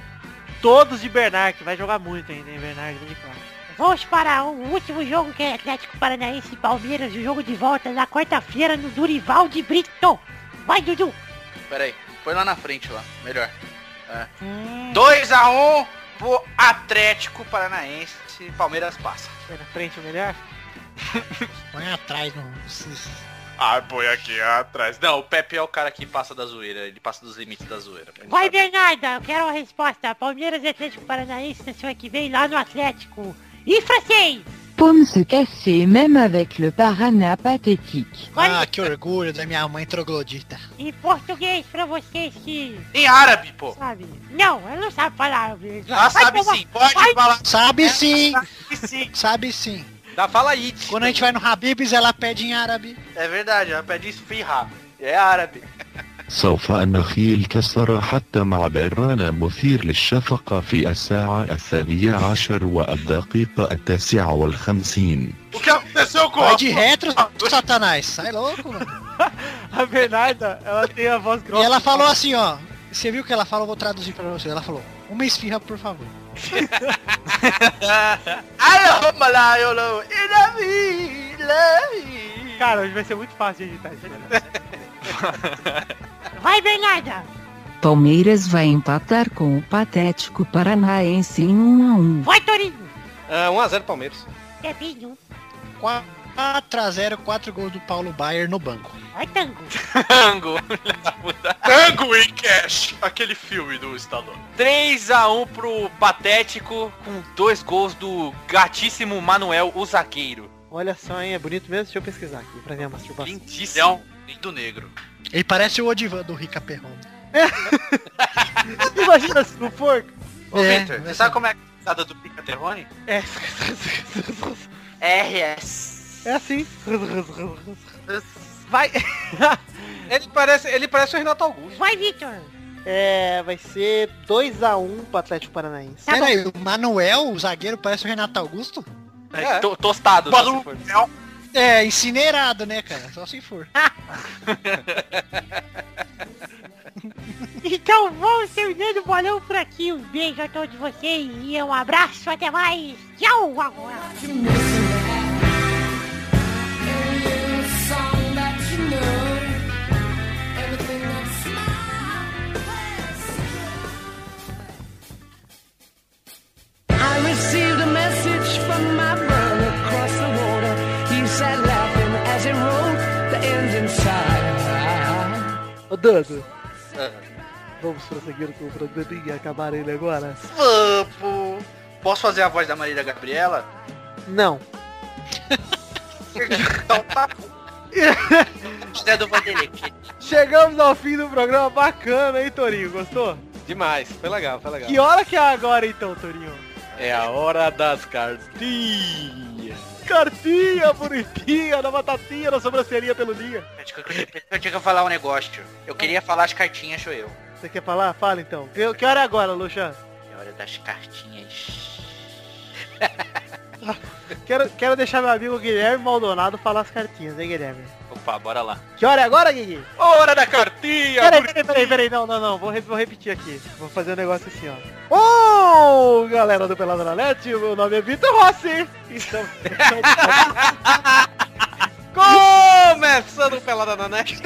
Speaker 3: Todos de Bernard, que vai jogar muito ainda, hein? Bernard de classe.
Speaker 14: Vamos para o último jogo que é Atlético Paranaense e Palmeiras, o jogo de volta na quarta-feira no Durival de Brito. Vai, Dudu!
Speaker 2: Pera aí, põe lá na frente lá, melhor. 2x1 pro Atlético Paranaense. Palmeiras passa.
Speaker 3: Vai na frente o melhor?
Speaker 7: Põe atrás no. esses-
Speaker 2: Ah, põe aqui atrás. Não, o Pepe é o cara que passa da zoeira. Ele passa dos limites da zoeira.
Speaker 14: Vai, Bernarda, eu quero a resposta. Palmeiras e Atlético Paranaense na semana que vem lá no Atlético. E francês!
Speaker 4: Pomme se casser même avec le Parana pathétique.
Speaker 7: Ah, que orgulho da minha mãe troglodita.
Speaker 14: Em português pra vocês que...
Speaker 2: Em árabe, pô.
Speaker 14: Sabe? Não, ela não sabe falar árabe.
Speaker 2: Ah,
Speaker 14: Vai
Speaker 2: sabe
Speaker 14: tomar-
Speaker 2: sim. Pode
Speaker 14: vai-
Speaker 2: falar.
Speaker 7: Sabe sim.
Speaker 2: sim.
Speaker 7: Sabe sim.
Speaker 8: É, Dá fala aí.
Speaker 7: Quando a gente vai no Habibs, ela pede em árabe.
Speaker 2: É verdade, ela pede esfirra. É árabe.
Speaker 15: سوف أنخي الكسر حتى مع بران مثير للشفقة في الساعة الثانية عشر والدقيقة التاسعة والخمسين
Speaker 2: O que aconteceu com
Speaker 7: Vai de retro, satanás. Sai louco, mano.
Speaker 3: A Bernarda, ela tem a voz grossa.
Speaker 7: E ela falou assim, ó. Você viu o que ela falou? Eu Vou traduzir pra você. Ela falou, uma esfirra, por favor.
Speaker 3: Cara, hoje vai ser muito fácil de editar isso.
Speaker 14: Vai, Bernarda!
Speaker 4: Palmeiras vai empatar com o patético paranaense em 1 a 1.
Speaker 14: Vai, Torinho!
Speaker 8: 1x0 Palmeiras.
Speaker 14: Debinho!
Speaker 7: 4x0, 4 gols do Paulo Baier no banco.
Speaker 14: Vai, Tango!
Speaker 1: Tango.
Speaker 2: Tango in Cash. Aquele filme do Stallone.
Speaker 1: 3x1 pro Patético, com dois gols do gatíssimo Manuel, o zagueiro.
Speaker 3: Olha só, hein? É bonito mesmo? Deixa eu pesquisar aqui pra ver a masturbação.
Speaker 1: Lindíssimo. É um
Speaker 2: lindo negro.
Speaker 7: Ele parece o Odivan do Rica Perron.
Speaker 3: Imagina se não for.
Speaker 2: Ô,
Speaker 7: É,
Speaker 2: Victor, você sabe como é a casada do Pica Terrone?
Speaker 3: É.
Speaker 2: RS.
Speaker 3: É assim. Vai.
Speaker 8: Ele parece, ele parece o Renato Augusto.
Speaker 14: Vai, Vitor!
Speaker 16: É, vai ser 2x1 pro Atlético Paranaense.
Speaker 3: Tá Né,
Speaker 7: Pera aí, o Manuel, o zagueiro, parece o Renato Augusto?
Speaker 1: É, to- tostado.
Speaker 7: Balu-
Speaker 1: se for.
Speaker 7: É, incinerado, né, cara? Só se for.
Speaker 14: Então vamos terminando o bolão por aqui. Um beijo a todos vocês e um abraço. Até mais. Tchau agora.
Speaker 17: I received a message from my brother across the water. He sat laughing as he rolled the engine side.
Speaker 16: Ô, Dando, vamos prosseguir com o programinha e acabar ele agora?
Speaker 2: Vampo. Posso fazer a voz da Marília Gabriela?
Speaker 16: Não.
Speaker 2: então tá bom. Zé do Vanderlei.
Speaker 3: Chegamos ao fim do programa bacana, hein, Torinho? Gostou?
Speaker 8: Demais. Foi legal, foi legal.
Speaker 3: Que hora que é agora, então, Torinho?
Speaker 8: É a hora das cartinhas.
Speaker 3: Cartinha bonitinha, na batatinha, na sobrancelhinha peludinha.
Speaker 2: Eu tinha que falar um negócio. Eu queria falar as cartinhas, sou eu.
Speaker 3: Você quer falar? Fala então. Que, que hora é agora, Luxan?
Speaker 2: É hora das cartinhas.
Speaker 3: Quero, quero deixar meu amigo Guilherme Maldonado falar as cartinhas, hein, Guilherme?
Speaker 1: Opa, bora lá.
Speaker 3: Que hora é agora, Guigui?
Speaker 1: Hora da cartinha!
Speaker 3: Peraí, peraí, peraí, peraí, não, não, não, vou, re- vou repetir aqui. Vou fazer um negócio assim, ó. Ô, galera do Pelada na Net, meu nome é Vitor Rossi. Então, Estamos...
Speaker 8: Começando o Pelada na Net.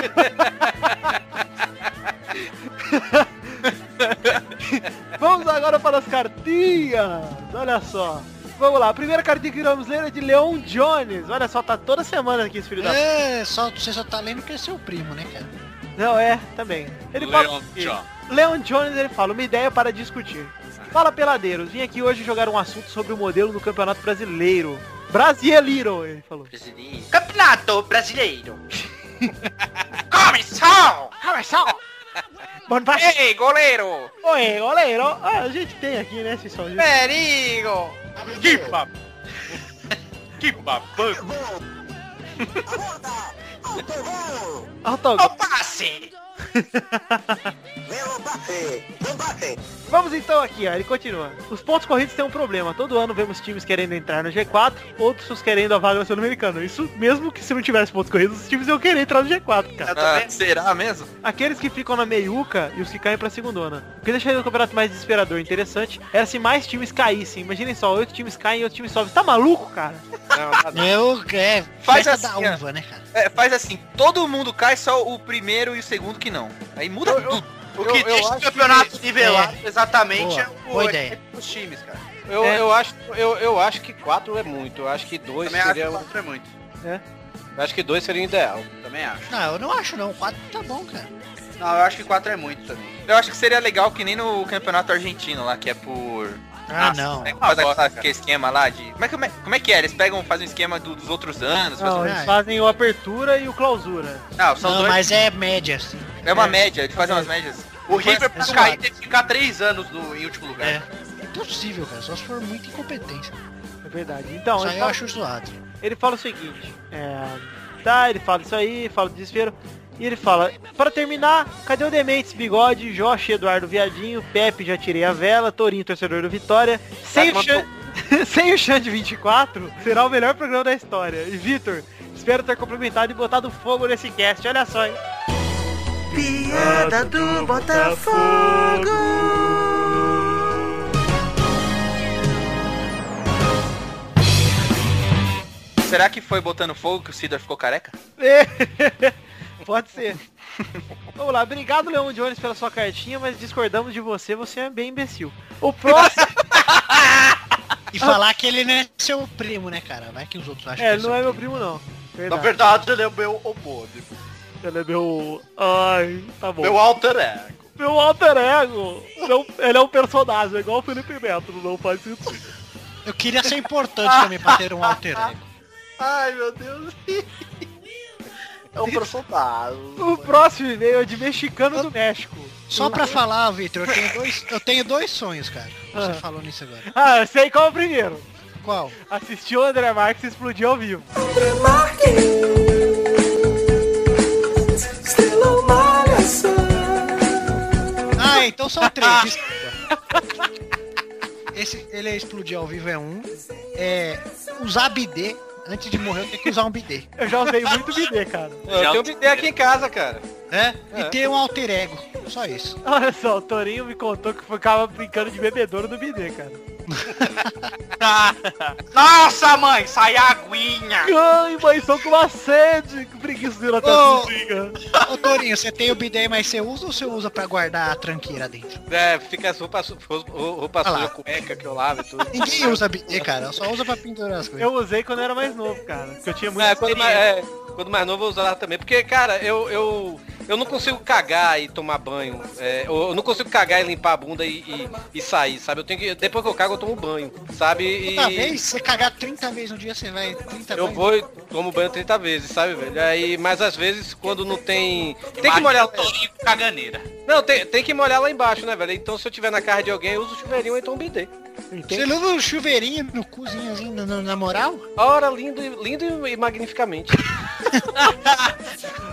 Speaker 3: Vamos agora para as cartinhas. Olha só. Vamos lá, a primeira cartinha que iremos ler é de Leon Jones. Olha só, tá toda semana aqui esse filho da...
Speaker 7: É, só, você só tá lendo porque é seu primo, né, cara?
Speaker 3: Não, é, também. Ele fala...
Speaker 7: Leon
Speaker 3: aqui.
Speaker 7: Jones.
Speaker 3: Leon Jones, ele fala, uma ideia para discutir. Fala, peladeiros, vim aqui hoje jogar um assunto sobre o modelo do Campeonato Brasileiro. Brasileiro, ele falou.
Speaker 2: Campeonato brasileiro. Começou!
Speaker 3: Começou!
Speaker 2: Ei, goleiro! É.
Speaker 3: Oi, goleiro. Ah, a gente tem aqui, né, esse som. de-
Speaker 2: Perigo!
Speaker 1: Que bab... Que babanco.
Speaker 3: Autogol.
Speaker 2: passe!
Speaker 3: Vamos então aqui, ó, ele continua. Os pontos corridos têm um problema. Todo ano vemos times querendo entrar no G4, outros querendo a vaga no Sul-Americano. Isso mesmo que se não tivesse pontos corridos, os times iam querer entrar no G4, cara.
Speaker 2: Tá
Speaker 1: Ah, será mesmo?
Speaker 3: Aqueles que ficam na meiuca e os que caem pra segundona. O que deixaria o campeonato mais desesperador e interessante era se mais times caíssem. Imaginem só, oito times caem e outro time sobe. Você tá maluco, cara?
Speaker 7: Eu, é,
Speaker 1: Faz
Speaker 7: festa
Speaker 1: assim,
Speaker 7: da
Speaker 1: ó.
Speaker 7: uva, né, cara?
Speaker 1: É, faz assim, todo mundo cai, só o primeiro e o segundo que não. Aí muda tudo.
Speaker 2: O que deixa o campeonato nivelado exatamente
Speaker 8: Boa.
Speaker 2: é o
Speaker 8: Boa ideia.
Speaker 2: é os times, cara.
Speaker 8: Eu,
Speaker 2: É.
Speaker 8: eu, acho, eu, eu acho que 4 é muito. Eu acho que 2
Speaker 2: Também acho que
Speaker 8: seria. um, o-
Speaker 2: quatro é muito.
Speaker 8: Eu acho que 2 seria o ideal.
Speaker 2: também acho.
Speaker 7: Não, eu não acho não. 4 tá bom, cara.
Speaker 2: Não, eu acho que 4 é muito também.
Speaker 1: Eu acho que seria legal que nem no campeonato argentino lá, que é por.
Speaker 7: Ah,
Speaker 1: Nossa,
Speaker 7: não.
Speaker 1: né? Como faz aquela- aquele esquema lá de. Como é, que- como é- como é que é? Eles pegam, fazem um esquema do- dos outros anos.
Speaker 3: Não,
Speaker 1: fazem-
Speaker 3: eles fazem o apertura e o clausura.
Speaker 1: Não, são
Speaker 7: não,
Speaker 1: dois.
Speaker 7: mas é média. assim.
Speaker 1: É uma média, eles fazem umas médias.
Speaker 2: O River pra
Speaker 7: Exato.
Speaker 2: cair tem que ficar 3 anos no, em último lugar.
Speaker 7: É Impossível, cara. Só se for muita incompetência.
Speaker 3: É verdade. Então,
Speaker 7: Isso
Speaker 3: ele
Speaker 7: aí eu
Speaker 3: fala-
Speaker 7: acho zoado.
Speaker 3: Ele fala o seguinte, é, tá, ele fala isso aí, fala do desespero, e ele fala, para terminar, cadê o Dementes, Bigode, Jorge, Eduardo Viadinho, Pepe, já tirei a vela, Torinho, torcedor do Vitória, sem o,
Speaker 14: tomar
Speaker 3: Xan... sem o Xande 24, será o melhor programa da história. E Vitor, espero ter complementado e botado fogo nesse cast, olha só, hein.
Speaker 17: Piada do Botafogo.
Speaker 1: Será que foi botando fogo que o Cida ficou careca?
Speaker 3: Pode ser. Vamos lá, obrigado Leão Jones pela sua cartinha, mas discordamos de você, você é bem imbecil. O próximo...
Speaker 7: E falar que ele não é seu primo, né, cara? Vai que os outros acham
Speaker 3: É,
Speaker 7: que
Speaker 3: ele não é meu primo não.
Speaker 2: Na verdade, ele é o meu homônimo.
Speaker 3: Ele é meu. Ai, tá bom.
Speaker 2: Meu alter ego.
Speaker 3: Meu alter ego. Não- ele é um personagem, igual o Felipe Neto, não faz sentido.
Speaker 7: Eu queria ser importante também pra ter um alter ego.
Speaker 6: Ai, meu Deus. É um personagem.
Speaker 3: O próximo e-mail é de mexicano do México.
Speaker 7: Só pra falar, Vitor, eu tenho dois, eu tenho dois sonhos, cara. Você falou nisso agora.
Speaker 3: Ah, eu sei qual é o primeiro.
Speaker 7: Qual?
Speaker 3: Assistiu o André Marques explodir ao vivo.
Speaker 7: Ah, então são três. desculpa. Esse, ele explodir ao vivo é um. É, usar bidê. Antes de morrer, eu tenho que usar um bidê.
Speaker 3: Eu já usei muito bidê, cara.
Speaker 8: Eu tenho um bidê aqui em casa, cara.
Speaker 7: É? E
Speaker 8: É.
Speaker 7: ter um alter ego. Só isso.
Speaker 3: Olha só, o Torinho me contou que ficava brincando de bebedouro no bidê, cara.
Speaker 2: Nossa, mãe, sai a aguinha.
Speaker 3: Ai, mãe, tô com uma sede. Que preguiça de ir até
Speaker 2: Oh.
Speaker 3: a
Speaker 7: Ô.
Speaker 3: cozinha.
Speaker 7: Ô, Torinho, você tem o bidê, mas você usa ou você usa pra guardar a tranqueira dentro?
Speaker 8: É, fica as roupas su- roupa
Speaker 7: Ah lá.
Speaker 8: suja, cueca que eu lavo e tudo.
Speaker 7: Ninguém usa bidê, cara. Só usa pra pendurar as coisas.
Speaker 3: Eu usei quando eu era mais novo, cara. Porque eu tinha muito
Speaker 8: É, quando, mais, é, quando mais novo eu vou usar também. Porque, cara, eu, eu, eu não consigo cagar e tomar banho. É, eu eu não consigo cagar e limpar a bunda e, e, e sair, sabe? Eu tenho que, depois que eu cago, eu tomo banho, sabe? E
Speaker 7: Toda vez, você cagar 30 vezes no dia, você vai 30
Speaker 8: eu
Speaker 7: banhos.
Speaker 8: vou e tomo banho 30 vezes, sabe, velho? Aí, mas às vezes, quando não tem... Tem que molhar...
Speaker 2: Caganeira.
Speaker 8: Não, tem, tem que molhar lá embaixo, né, velho? Então, se eu tiver na casa de alguém, eu uso o chuveirinho ou então um bidê.
Speaker 7: Você leva um chuveirinho no cozinho assim, na, na- na moral?
Speaker 8: Ora, lindo, e- lindo e magnificamente.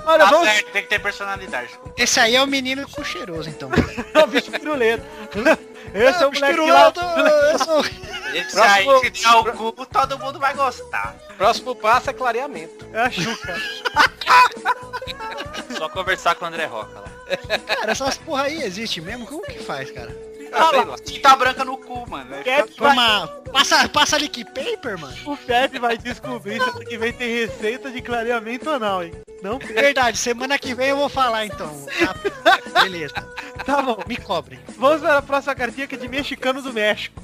Speaker 3: Olha,
Speaker 2: tá
Speaker 3: vamos-
Speaker 2: certo, tem que ter personalidade.
Speaker 7: Esse aí é o menino com cheiroso, então.
Speaker 3: É o bicho piruleta. Esse é o
Speaker 7: bicho
Speaker 3: moleque lá.
Speaker 7: piruleta, eu sou-
Speaker 2: Esse
Speaker 8: Próximo-
Speaker 2: aí, se der o cu, todo mundo vai gostar.
Speaker 8: Próximo passo é clareamento.
Speaker 3: É a Xuca.
Speaker 1: Só conversar com o André Roca lá.
Speaker 7: Cara, essas porra aí existe mesmo? Como que faz, cara?
Speaker 2: Ah, lá, Tinta branca no cu, mano. Vai
Speaker 3: Quer-
Speaker 2: ficar-
Speaker 7: Toma, passa, passa lick paper, mano.
Speaker 3: O Pepe vai descobrir se ano que vem tem receita de clareamento anal, hein? Não perca.
Speaker 7: Verdade, semana que vem eu vou falar então. tá? Beleza.
Speaker 3: Tá bom.
Speaker 7: Me cobrem.
Speaker 3: Vamos para a próxima cartinha que é de mexicano do México.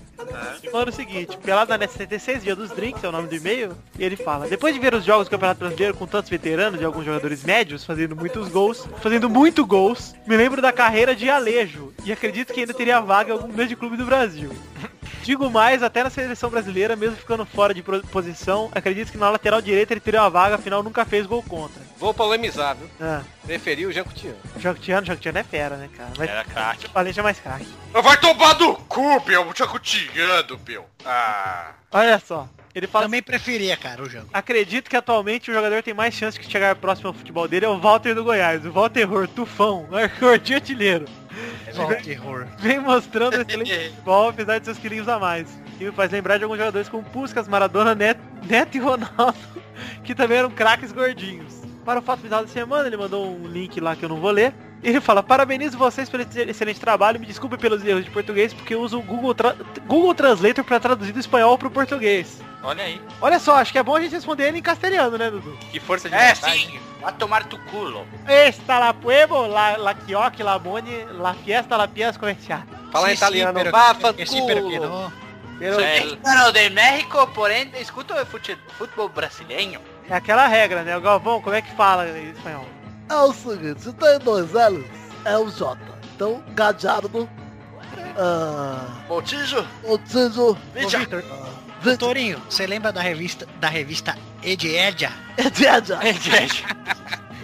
Speaker 3: E Manda o seguinte, pelada na 76, dia dos drinks, é o nome do e-mail, e ele fala, depois de ver os jogos do Campeonato Brasileiro com tantos veteranos e alguns jogadores médios fazendo muitos gols, fazendo muito gols, me lembro da carreira de Alejo, e acredito que ainda teria vaga em algum grande clube do Brasil. Digo mais, até na seleção brasileira, mesmo ficando fora de pro- posição, acredito que na lateral direita ele teria uma vaga, afinal nunca fez gol contra.
Speaker 8: Vou polemizar, viu?
Speaker 3: Ah,
Speaker 8: Preferi o Jacutiano.
Speaker 3: Jacutiano, Jacutiano é fera, né, cara? Mas
Speaker 1: Era craque.
Speaker 3: o Alejo é mais craque.
Speaker 2: Vai tomar no cu, Biel. Te acutilhando, Biel. Ah.
Speaker 3: Olha só, ele fala
Speaker 7: Também preferia, cara, o jogo.
Speaker 3: Acredito que atualmente o jogador tem mais chance de chegar próximo ao futebol dele é o Walter do Goiás, o Walter Ror, tufão, arcorte e artilheiro.
Speaker 7: Volta terror.
Speaker 3: Vem mostrando excelente futebol, apesar de seus quilinhos a mais. E me faz lembrar de alguns jogadores como Puskas, Maradona, Net- Neto, e Ronaldo, que também eram craques gordinhos. Para o fato final da semana, ele mandou um link lá que eu não vou ler. E ele fala, parabenizo vocês pelo ex- excelente trabalho, me desculpe pelos erros de português, porque eu uso o Google, Tra- Google Translator para traduzir do espanhol para o português.
Speaker 1: Olha aí,
Speaker 3: Olha só, acho que é bom a gente responder ele em castelhano, né, Dudu?
Speaker 1: que força de
Speaker 2: É,
Speaker 1: vontade.
Speaker 2: sim. Vai tomar tu culo.
Speaker 3: Esta la puevo, la, la chioc, la boni, la fiesta, la pias comerciada.
Speaker 8: Falar em
Speaker 7: Sim,
Speaker 8: italiano.
Speaker 7: sim, pero-
Speaker 8: Baffa,
Speaker 7: sim,
Speaker 8: culo.
Speaker 7: pero que não.
Speaker 3: Pero-
Speaker 1: É.
Speaker 2: Claro, de México, porém, escuta o fute- futebol brasileiro.
Speaker 3: É aquela regra, né? O Galvão, como é que fala em espanhol?
Speaker 6: É o seguinte, se tem dois L's, é o J. Então, Gadiardo. ah,
Speaker 2: Montijo?
Speaker 6: Montijo.
Speaker 7: Ô, Vitor, ô, Torinho, você lembra da revista da revista Ediedia?
Speaker 6: Ediedia.
Speaker 7: Ediedia.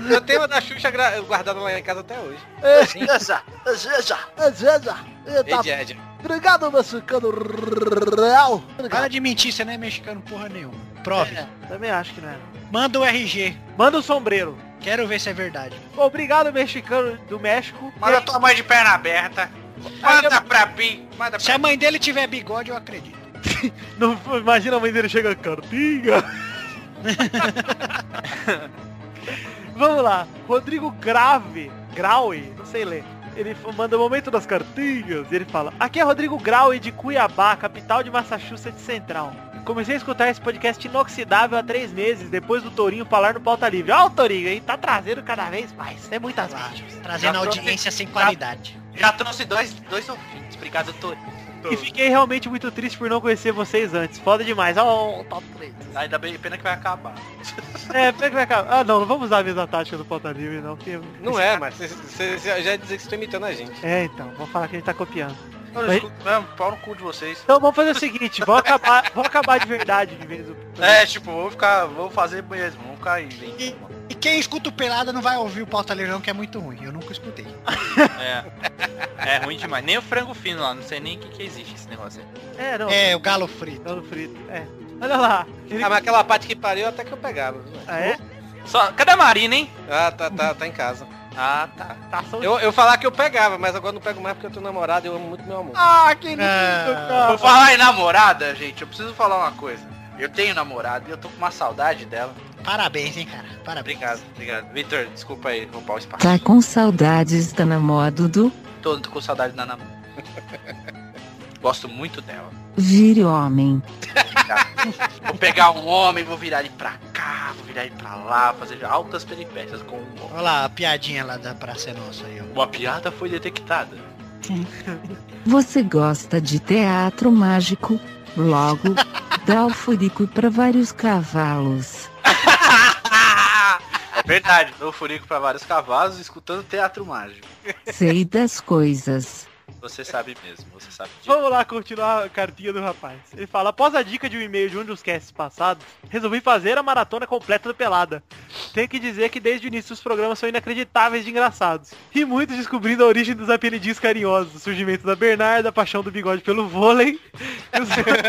Speaker 8: Eu tenho uma da Xuxa gra- guardada lá em casa até hoje.
Speaker 6: É, Veja, é, veja, é, veja. Eita,
Speaker 8: Ei, Ediedia.
Speaker 6: Obrigado, mexicano real.
Speaker 7: Para de mentir, você não é mexicano porra nenhuma. Prove.
Speaker 3: Também acho que não é.
Speaker 7: Manda o RG.
Speaker 3: Manda o sombreiro.
Speaker 7: Quero ver se é verdade.
Speaker 3: Obrigado, mexicano do México.
Speaker 2: Manda tua mãe de perna aberta. Manda pra mim. Manda
Speaker 7: Se a mãe dele tiver bigode, eu acredito.
Speaker 3: Não, imagina a mãe dele chega cartinha. Vamos lá. Rodrigo Grave, Graue, não sei ler. Ele f- manda o momento das cartinhas e ele fala Aqui é Rodrigo Graue de Cuiabá, capital de Massachusetts Central. Comecei a escutar esse podcast inoxidável há três meses, depois do Tourinho falar no Pauta Livre. Ó o Tourinho, hein? Tá trazendo cada vez mais. É muitas vídeos.
Speaker 7: Trazendo audiência sem qualidade.
Speaker 2: Já trouxe dois, dois ouvintes. Obrigado, Torinho.
Speaker 3: E fiquei realmente muito triste por não conhecer vocês antes. Foda demais. Ó, o top 3.
Speaker 2: Ainda bem, pena que vai acabar.
Speaker 3: É, pega vai acabar. Ah, não, não vamos usar a mesma tática do Pauta Livre, não. Porque...
Speaker 8: Não é, mas você- você você já ia dizer que você tá imitando a gente.
Speaker 3: É, então, vou falar que a gente tá copiando.
Speaker 2: Eu não
Speaker 3: Mas-
Speaker 2: escuto mesmo, pau no cu de vocês.
Speaker 3: Então vamos fazer o seguinte, vamos acabar, vamos acabar de verdade de vez. o-
Speaker 2: É, tipo, vou ficar, vou fazer mesmo, vou ficar aí.
Speaker 7: E, e quem escuta o Pelada não vai ouvir o Pauta Livre não, que é muito ruim. Eu nunca escutei.
Speaker 1: É. É ruim demais. Nem o frango fino lá, não sei nem o que, que existe esse negócio aí.
Speaker 3: É, não.
Speaker 7: É, o galo frito.
Speaker 3: Galo frito, é. Olha lá. Ele...
Speaker 8: Ah, mas aquela parte que pariu até que eu pegava. viu?
Speaker 3: Ah, é?
Speaker 1: Só, cadê a Marina, hein?
Speaker 8: Ah, tá, tá, tá em casa.
Speaker 1: Ah, tá.
Speaker 3: Tá só...
Speaker 8: Eu, eu falar que eu pegava, mas agora não pego mais porque eu tenho namorado e eu amo muito meu amor.
Speaker 2: Ah, que lindo,
Speaker 7: cara.
Speaker 2: Vou falar em namorada, gente, eu preciso falar uma coisa. Eu tenho namorada e eu tô com uma saudade dela.
Speaker 7: Parabéns, hein, cara. Parabéns.
Speaker 2: Obrigado, obrigado. Vitor, desculpa aí roubar o espaço.
Speaker 4: Tá com saudades da namorado do
Speaker 2: Tô, tô com saudade da namorada. Gosto muito dela.
Speaker 4: vire homem.
Speaker 2: Vou pegar um homem, vou virar ele pra cá, vou virar ele pra lá, fazer altas peripécias com um homem.
Speaker 7: Olha lá a piadinha lá da Praça é Nossa aí. ó.
Speaker 2: Uma piada foi detectada.
Speaker 4: Você gosta de teatro mágico? Logo, dá o furico pra vários cavalos.
Speaker 2: É verdade, dou furico pra vários cavalos escutando teatro mágico.
Speaker 4: Sei das coisas.
Speaker 2: Você sabe mesmo, você sabe disso.
Speaker 3: Vamos lá continuar a cartinha do rapaz. Ele fala, após a dica de um e-mail de um dos casts passados, resolvi fazer a maratona completa do Pelada. Tenho que dizer que desde o início os programas são inacreditáveis de engraçados. E muito descobrindo a origem dos apelidinhos carinhosos, o surgimento da Bernarda, a paixão do bigode pelo vôlei, e o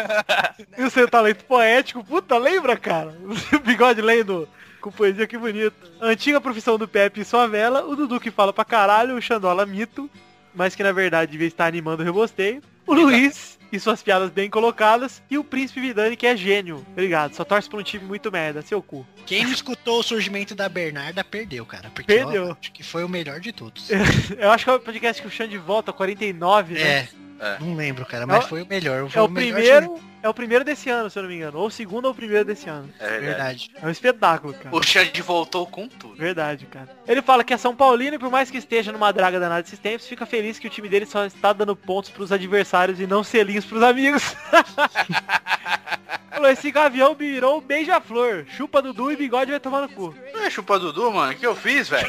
Speaker 3: seu, e o seu talento poético. Puta, lembra, cara? O bigode lendo... Com poesia que bonito. A antiga profissão do Pepe e sua vela, o Dudu que fala pra caralho, o Xandola mito, mas que na verdade devia estar animando o rebosteio. O Luiz e suas piadas bem colocadas. E o Príncipe Vidani, que é gênio. Obrigado, só torce pra um time muito merda, seu cu.
Speaker 7: Quem não escutou o surgimento da Bernarda perdeu, cara. Porque
Speaker 3: Perdeu.
Speaker 7: eu acho que foi o melhor de todos.
Speaker 3: Eu acho que é o podcast que o Xande volta, 49, né?
Speaker 7: É,
Speaker 2: É.
Speaker 7: não lembro, cara, mas
Speaker 3: É o-
Speaker 7: foi o melhor.
Speaker 3: É
Speaker 7: foi
Speaker 3: o
Speaker 7: melhor
Speaker 3: primeiro. É o primeiro desse ano, se eu não me engano. Ou o segundo ou o primeiro desse ano.
Speaker 2: É
Speaker 7: surgimento. Verdade.
Speaker 3: É um espetáculo, cara.
Speaker 2: O Xande voltou com tudo.
Speaker 3: Verdade, cara. Ele fala que é São Paulino e por mais que esteja numa draga danada esses tempos, fica feliz que o time dele só está dando pontos pros adversários e não selinhos pros amigos. Falou, esse gavião virou um beija-flor. Chupa Dudu e bigode vai tomar no cu.
Speaker 2: Não é chupa Dudu, mano, o que eu fiz, velho?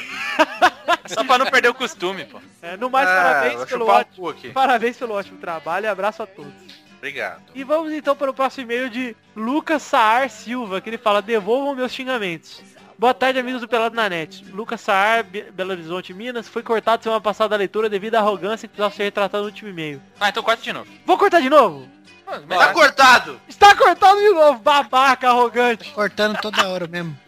Speaker 1: Só pra não perder o costume, pô.
Speaker 3: É, no mais,
Speaker 2: Ah,
Speaker 3: parabéns
Speaker 2: vou
Speaker 3: pelo
Speaker 2: chupar o
Speaker 3: ótimo.
Speaker 2: cu aqui.
Speaker 3: Parabéns pelo ótimo trabalho e abraço a todos.
Speaker 2: Obrigado.
Speaker 3: E vamos então para o próximo e-mail de Lucas Saar Silva, que ele fala, devolvam meus xingamentos. Boa tarde, amigos do Pelado na Net. Lucas Saar, Be- Belo Horizonte, Minas, foi cortado semana passada da leitura devido à arrogância que precisava ser retratado no último e-mail.
Speaker 1: Ah, então corta de novo.
Speaker 3: Vou cortar de novo?
Speaker 2: Tá cortado!
Speaker 3: Está cortado de novo, babaca arrogante.
Speaker 7: Cortando toda hora mesmo.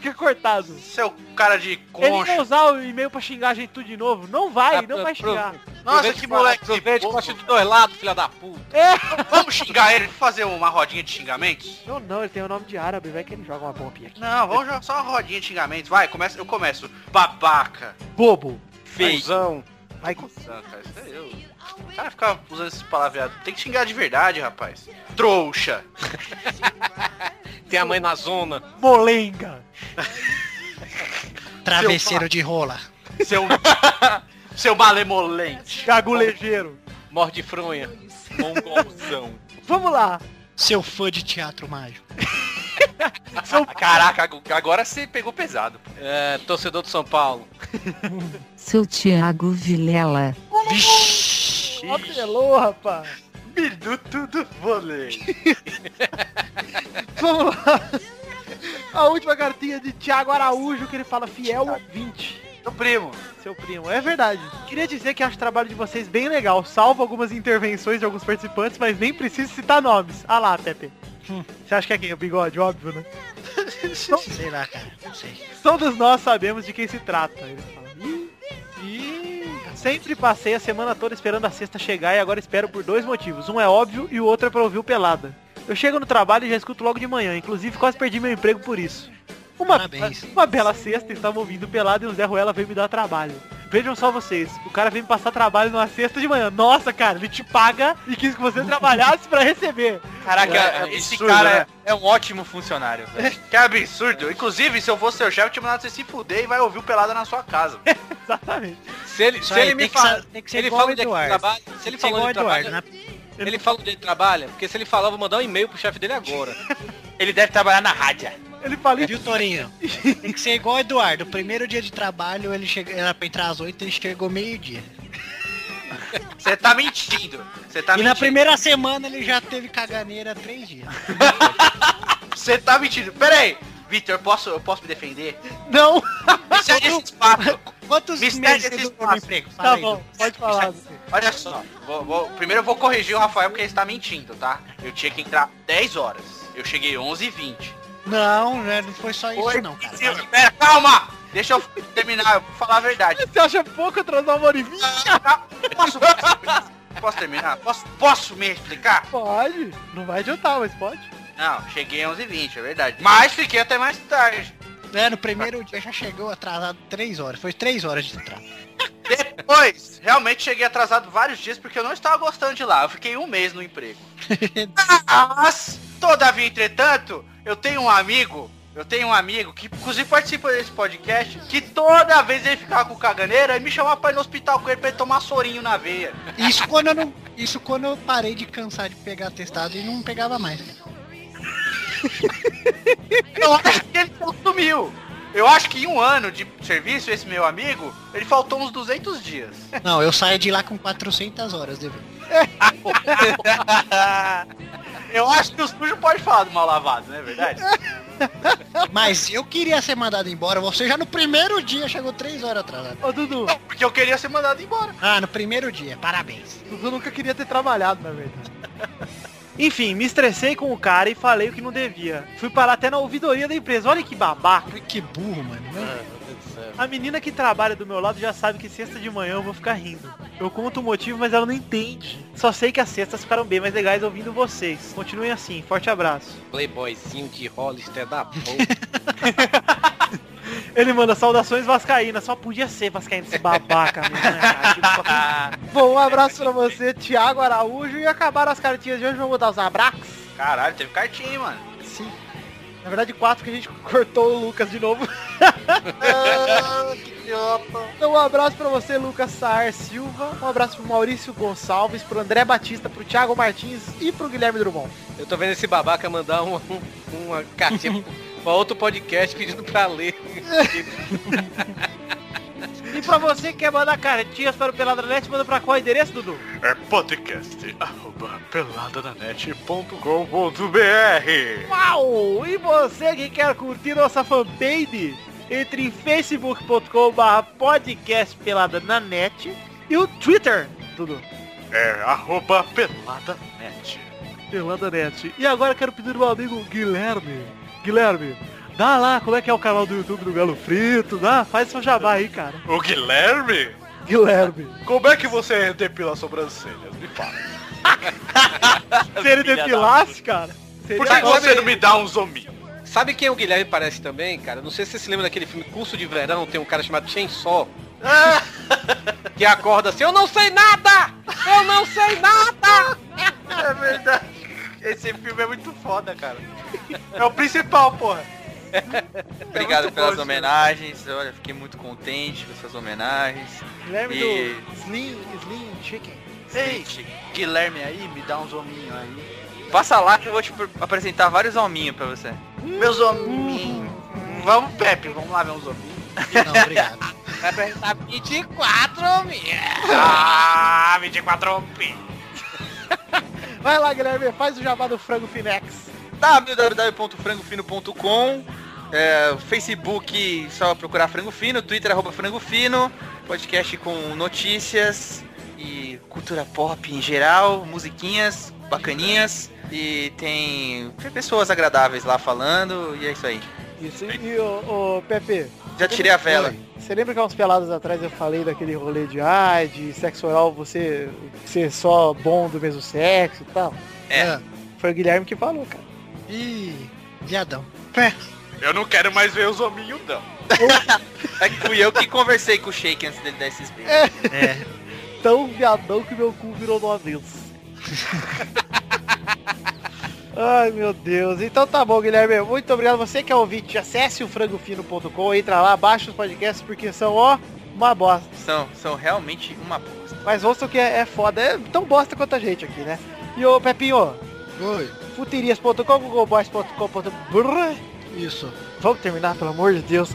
Speaker 3: que cortado.
Speaker 2: Seu cara de
Speaker 3: Ele
Speaker 2: concha.
Speaker 3: vai usar o e-mail pra xingar a gente tudo de novo? Não vai,
Speaker 1: Tá
Speaker 8: Ah,
Speaker 3: não
Speaker 8: pro-
Speaker 3: vai
Speaker 8: pro-
Speaker 3: xingar.
Speaker 2: Nossa, que moleque
Speaker 8: Aproveite,
Speaker 2: bobo.
Speaker 8: corte de dois lados, filha da puta.
Speaker 3: É!
Speaker 2: Vamos xingar ele, fazer uma rodinha de xingamentos?
Speaker 3: Não, não, ele tem o nome de árabe, vai que ele joga uma bombinha aqui.
Speaker 2: Não, vamos jogar só uma rodinha de xingamentos. Vai, começa, eu começo. Babaca.
Speaker 3: Bobo.
Speaker 1: Feio.
Speaker 8: Cusão.
Speaker 3: Vai com...
Speaker 2: Não, cara, isso é eu. O cara fica usando esses palavreados. Tem que xingar de verdade, rapaz. Trouxa.
Speaker 8: Tem a mãe na zona.
Speaker 3: Molenga.
Speaker 7: Travesseiro de rola.
Speaker 2: Seu... Seu malemolente.
Speaker 3: Gagulejeiro.
Speaker 8: Morde fronha. Mongolzão.
Speaker 3: Vamos lá.
Speaker 7: Seu fã de teatro mágico.
Speaker 1: Caraca, agora você pegou pesado.
Speaker 8: É, torcedor do São Paulo.
Speaker 4: Seu Tiago Vilela.
Speaker 3: Apelou, é rapaz.
Speaker 1: Minuto do vôlei.
Speaker 3: Vamos lá. A última cartinha de Thiago Araújo, que ele fala fiel 20. Seu primo. Seu primo, é verdade. Queria dizer que acho o trabalho de vocês bem legal, salvo algumas intervenções de alguns participantes, mas nem preciso citar nomes. Ah lá, Pepe.
Speaker 7: Hum.
Speaker 3: Você acha que é quem? O bigode, óbvio, né?
Speaker 7: Sei lá, cara. Não sei.
Speaker 3: Todos nós sabemos de quem se trata. Ele fala. Ih, ih. Sempre passei a semana toda esperando a sexta chegar e agora espero por dois motivos. Um é óbvio e o outro é pra ouvir o pelada. Eu chego no trabalho e já escuto logo de manhã, inclusive quase perdi meu emprego por isso. Uma, uma bela sexta, estava ouvindo o pelada e o Zé Ruela veio me dar trabalho. Vejam só vocês, o cara veio me passar trabalho numa sexta de manhã. Nossa, cara, ele te paga e quis que você trabalhasse pra receber.
Speaker 1: Caraca,
Speaker 3: É, é
Speaker 1: esse
Speaker 3: absurdo, né?
Speaker 1: cara é é um ótimo funcionário, velho.
Speaker 2: Que absurdo. Inclusive, se eu fosse seu chefe, eu te mandava você se fuder e vai ouvir o pelada na sua casa.
Speaker 3: Exatamente.
Speaker 8: Se ele,
Speaker 2: Isso
Speaker 8: se
Speaker 2: aí,
Speaker 8: ele
Speaker 2: tem
Speaker 8: me
Speaker 2: que
Speaker 8: fala,
Speaker 2: ser- tem que ser
Speaker 8: ele
Speaker 2: igual
Speaker 8: fala
Speaker 2: o
Speaker 8: onde é que
Speaker 2: Eduardo.
Speaker 8: trabalha, se ele
Speaker 2: Tem que ser
Speaker 8: fala onde
Speaker 2: igual o
Speaker 8: trabalha,
Speaker 2: Eduardo, né?
Speaker 8: ele fala onde ele trabalha, porque se ele falar, eu vou mandar um e-mail pro chefe dele agora.
Speaker 1: ele deve trabalhar na rádio.
Speaker 3: Ele falou.
Speaker 7: Viu, Torinho? Tem que ser igual o Eduardo. O primeiro dia de trabalho, ele chega, era pra entrar às 8 ele chegou meio-dia.
Speaker 2: Você tá mentindo. Você tá
Speaker 7: e na
Speaker 2: mentindo.
Speaker 7: primeira semana ele já teve caganeira três dias.
Speaker 2: Você tá mentindo. Pera aí. Vitor, eu posso, eu posso me defender?
Speaker 3: Não.
Speaker 2: Me cede esse espaço.
Speaker 7: Quantos
Speaker 2: me cede
Speaker 7: meses
Speaker 2: esse
Speaker 7: você durou
Speaker 2: espaço.
Speaker 7: no emprego?
Speaker 3: Fala Tá aí, bom, Dudu. pode falar,
Speaker 2: Me cede- Olha só. vou- vou- primeiro eu vou corrigir o Rafael porque ele está mentindo, tá? Eu tinha que entrar 10 horas. Eu cheguei 11h20.
Speaker 7: Não, né, não foi só isso não, cara.
Speaker 2: Sil- Pera, calma! Deixa eu terminar, eu vou falar a verdade. Tá?
Speaker 3: Você acha pouco atrasar uma hora e vinte?
Speaker 2: Posso, posso terminar? Posso, posso me explicar?
Speaker 3: Pode. Não vai adiantar, mas pode.
Speaker 2: Não, cheguei 11h20, é verdade. Mas fiquei até mais tarde.
Speaker 7: É, no primeiro dia já chegou atrasado três horas. Foi três horas de trabalho.
Speaker 2: Depois, realmente cheguei atrasado vários dias porque eu não estava gostando de lá. Eu fiquei um mês no emprego. Mas, todavia, entretanto, eu tenho um amigo, eu tenho um amigo que inclusive participa desse podcast, que toda vez ele ficava com caganeira e me chamava pra ir no hospital com ele pra ele tomar sorinho na veia.
Speaker 7: Isso quando eu não. Isso quando eu parei de cansar de pegar testado e não pegava mais.
Speaker 2: Eu acho que ele sumiu. Eu acho que em um ano de serviço, esse meu amigo, ele faltou uns 200 dias.
Speaker 7: Não, eu saio de lá com 400 horas, devo.
Speaker 2: eu acho que o sujo pode falar do mal lavado, não é verdade?
Speaker 7: Mas eu queria ser mandado embora. Você já no primeiro dia chegou três horas atrasado.
Speaker 3: Ô, Dudu.
Speaker 2: Porque eu queria ser mandado embora.
Speaker 7: Ah, no primeiro dia. Parabéns.
Speaker 3: Dudu nunca queria ter trabalhado, na verdade. Enfim, me estressei com o cara e falei o que não devia. Fui parar até na ouvidoria da empresa. Olha que babaca.
Speaker 7: Que burro, mano.
Speaker 3: A menina que trabalha do meu lado já sabe que sexta de manhã eu vou ficar rindo. Eu conto o motivo, mas ela não entende. Só sei que as sextas ficaram bem mais legais ouvindo vocês. Continuem assim. Forte abraço.
Speaker 8: Playboyzinho de Hollister da porra.
Speaker 3: Ele manda saudações vascaína. Só podia ser vascaína esse babaca mesmo, né, cara? Bom, um abraço pra você, Thiago Araújo. E acabaram as cartinhas de hoje. Vamos dar os abraços.
Speaker 2: Caralho, teve cartinha, hein, mano.
Speaker 3: Sim. Na verdade, quatro que a gente cortou o Lucas de novo. Ah, então, um abraço pra você, Lucas Saar Silva. Um abraço pro Maurício Gonçalves, pro André Batista, pro Thiago Martins e pro Guilherme Drummond.
Speaker 8: Eu tô vendo esse babaca mandar uma, um- uma cartinha pra um outro podcast pedindo pra ler.
Speaker 3: E pra você que quer mandar cartinhas para o Peladranet, manda pra qual endereço, Dudu?
Speaker 10: É podcast arroba peladananet.com.br
Speaker 3: Uau! E você que quer curtir nossa fanpage, entre em facebook.com podcast pelada na net e o Twitter, Dudu.
Speaker 10: É arroba peladanet.
Speaker 3: Pelada Net. E agora eu quero pedir ao meu amigo Guilherme. Guilherme, dá lá como é que é o canal do YouTube do Galo Frito, dá, faz seu jabá aí, cara.
Speaker 10: O Guilherme?
Speaker 3: Guilherme.
Speaker 10: Como é que você depila as sobrancelhas? Me fala.
Speaker 3: Se ele depilasse, cara,
Speaker 10: Por que
Speaker 3: seria
Speaker 10: você não me dá um zombie?
Speaker 8: Sabe quem o Guilherme parece também, cara? Não sei se você se lembra daquele filme Curso de Verão, tem um cara chamado Chainsaw.
Speaker 2: Ah!
Speaker 8: que acorda assim, eu não sei nada! Eu não sei nada!
Speaker 2: É verdade. Esse filme é muito foda, cara. É o principal, porra.
Speaker 1: Obrigado
Speaker 2: muito bom
Speaker 1: pelas
Speaker 2: isso,
Speaker 1: homenagens. Olha, fiquei muito contente com essas homenagens.
Speaker 3: Guilherme
Speaker 1: e...
Speaker 3: do Slim, Slim Chicken.
Speaker 2: Ei, Guilherme aí, me dá uns hominhos aí.
Speaker 1: Passa lá que eu vou te apresentar vários alminhos pra você.
Speaker 18: Meus hominhos. Vamos, Pepe, vamos lá ver
Speaker 2: um
Speaker 18: uns hominhos.
Speaker 7: Não, obrigado.
Speaker 18: Vai apertar 24 hominhos. Ah, 24 hominhos.
Speaker 3: Vai lá, Guilherme, faz o jabá do frango Finex.
Speaker 1: www.frangofino.com é, Facebook, só procurar Frango Fino, Twitter, arroba Frango Fino, podcast com notícias e cultura pop em geral, musiquinhas bacaninhas e tem pessoas agradáveis lá falando e é isso aí.
Speaker 3: Isso, e o, Pepe?
Speaker 1: Já tirei a vela.
Speaker 3: Você lembra que há uns peladas atrás eu falei daquele rolê de ah, de sexo oral você ser só bom do mesmo sexo e tal?
Speaker 1: É.
Speaker 3: Foi o Guilherme que falou, cara.
Speaker 7: Ih, viadão.
Speaker 2: Eu não quero mais ver os hominhos, não.
Speaker 1: É que fui eu que conversei com o Shake antes dele dar esses beijos.
Speaker 3: É. Tão viadão que meu cu virou no avesso. Ai meu Deus, então tá bom Guilherme, muito obrigado, você que é ouvinte, acesse o frangofino.com, entra lá, baixa os podcasts porque são ó, uma bosta.
Speaker 1: São, são realmente uma bosta.
Speaker 3: Mas ouçam que é, é foda, é tão bosta quanto a gente aqui, né? E ô Pepinho,
Speaker 7: Oi.
Speaker 3: futirias.com, googleboys.com.br
Speaker 7: Isso.
Speaker 3: Vamos terminar, pelo amor de Deus.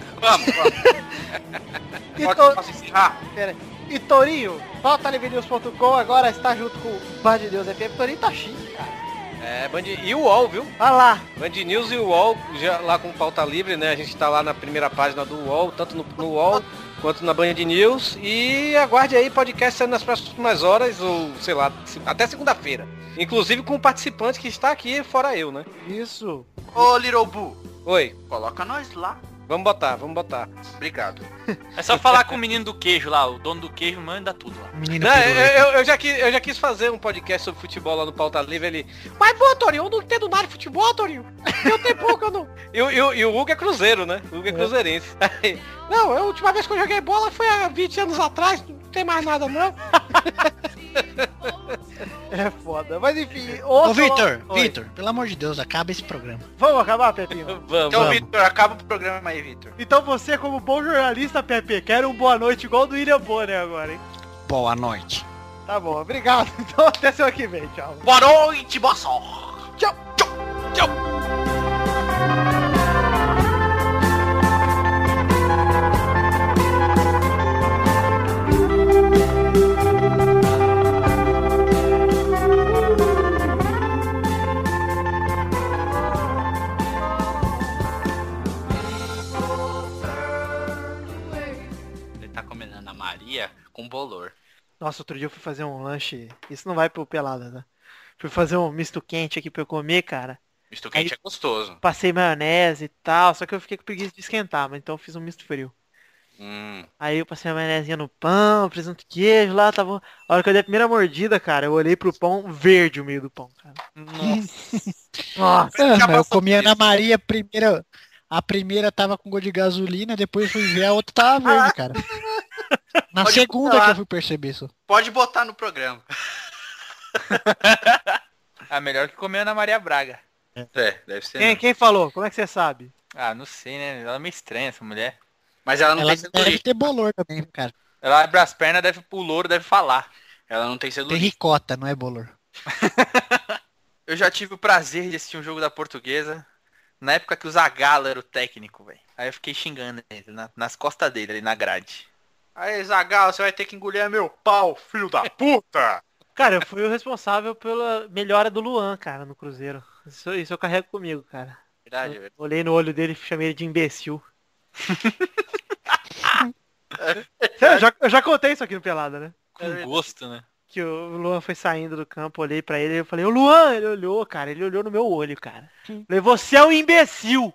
Speaker 3: Então,
Speaker 2: Vamos,
Speaker 3: E, to... Pera aí. E Torinho, pautalivrenews.com agora está junto com o Bar de Deus FM. Torinho tá chique, cara.
Speaker 8: É, Band... e o UOL, viu?
Speaker 3: Olha lá.
Speaker 8: Band News e o UOL, já lá com pauta livre, né? A gente tá lá na primeira página do UOL, tanto no, no UOL quanto na Band News. E aguarde aí podcast saindo nas próximas horas, ou sei lá, se- até segunda-feira. Inclusive com o participante que está aqui, fora eu, né?
Speaker 3: Isso.
Speaker 2: Ô, Little Boo,
Speaker 8: Oi,
Speaker 2: coloca nós lá.
Speaker 8: vamos botar, vamos botar.
Speaker 2: Obrigado.
Speaker 1: É só falar com o menino do queijo lá, o dono do queijo manda tudo lá.
Speaker 7: Menino
Speaker 8: Não, eu, eu- eu já quis, eu já quis fazer um podcast sobre futebol lá no Pauta Livre, ele... Mas, pô, Torinho, eu não entendo nada de futebol, Torinho. Eu tenho pouco, eu não... E, o- e o- e o Hugo é cruzeiro, né? O Hugo é cruzeirense. Aí, não, a última vez que eu joguei bola foi há 20 anos atrás, não tem mais nada, não.
Speaker 3: É foda. Mas enfim,
Speaker 7: Ô,
Speaker 3: ouçam-
Speaker 7: Vitor,
Speaker 3: Oi.
Speaker 7: Vitor, pelo amor de Deus, acaba esse programa.
Speaker 3: Vamos acabar, Pepinho?
Speaker 2: Então,
Speaker 7: vamos.
Speaker 2: Vitor, acaba o programa aí, Vitor.
Speaker 3: Então você, como bom jornalista, Pepe, quer um boa noite igual do William Bonner agora, hein?
Speaker 7: Boa noite.
Speaker 3: Tá bom, obrigado. Então até semana que vem, tchau.
Speaker 2: Boa noite, boa sorte. Ele tá combinando a Maria com bolor.
Speaker 3: Nossa, outro dia eu fui fazer um lanche. Isso não vai pro pelada, né? Fui fazer um misto quente aqui pra eu comer, cara.
Speaker 2: Misto quente é gostoso.
Speaker 3: Passei maionese e tal, só que eu fiquei com preguiça de esquentar, mas então eu fiz um misto frio.
Speaker 2: Hum.
Speaker 3: Aí eu passei a maionezinha no pão, presunto e queijo lá, tava. um, A hora que eu dei a primeira mordida, cara, eu olhei pro pão verde o meio do pão, cara. Nossa.
Speaker 7: Ah, mas eu comi a Ana
Speaker 2: né?
Speaker 7: Maria a primeira. A primeira tava com gosto de gasolina, depois fui ver a outra tava verde, cara. Na
Speaker 2: Ah. Pode
Speaker 7: segunda
Speaker 2: falar.
Speaker 7: que eu fui perceber isso.
Speaker 2: Pode botar no programa.
Speaker 1: Ah, melhor que comer a Ana Maria Braga.
Speaker 2: É, deve ser.
Speaker 3: Quem, quem falou? Como é que você sabe?
Speaker 1: Ah, não sei, né? Ela é meio estranha, essa mulher.
Speaker 2: Mas ela é não
Speaker 7: Ela
Speaker 2: tem
Speaker 7: deve
Speaker 2: celulite.
Speaker 7: ter bolor também, cara.
Speaker 1: Ela abre as pernas, deve, o louro deve falar.
Speaker 2: Ela não tem
Speaker 7: Tem
Speaker 2: celulite.
Speaker 7: ricota, não é bolor.
Speaker 1: Eu já tive o prazer de assistir um jogo da portuguesa na época que o Zagallo era o técnico, velho. Aí eu fiquei xingando ele, na- nas costas dele, ali na grade.
Speaker 2: Aí, Zagal, você vai ter que engolir meu pau, filho da puta.
Speaker 3: Cara, eu fui o responsável pela melhora do Luan, cara, no Cruzeiro. Isso, isso eu carrego comigo, cara.
Speaker 2: Verdade, velho.
Speaker 3: Olhei no olho dele e chamei ele de imbecil. Sério, eu, já, eu já contei isso aqui no Pelada, né?
Speaker 1: Com gosto, né?
Speaker 3: Que o Luan foi saindo do campo, olhei pra ele e eu falei, o Luan, ele olhou, cara, ele olhou no meu olho, cara. Falei, você é um imbecil!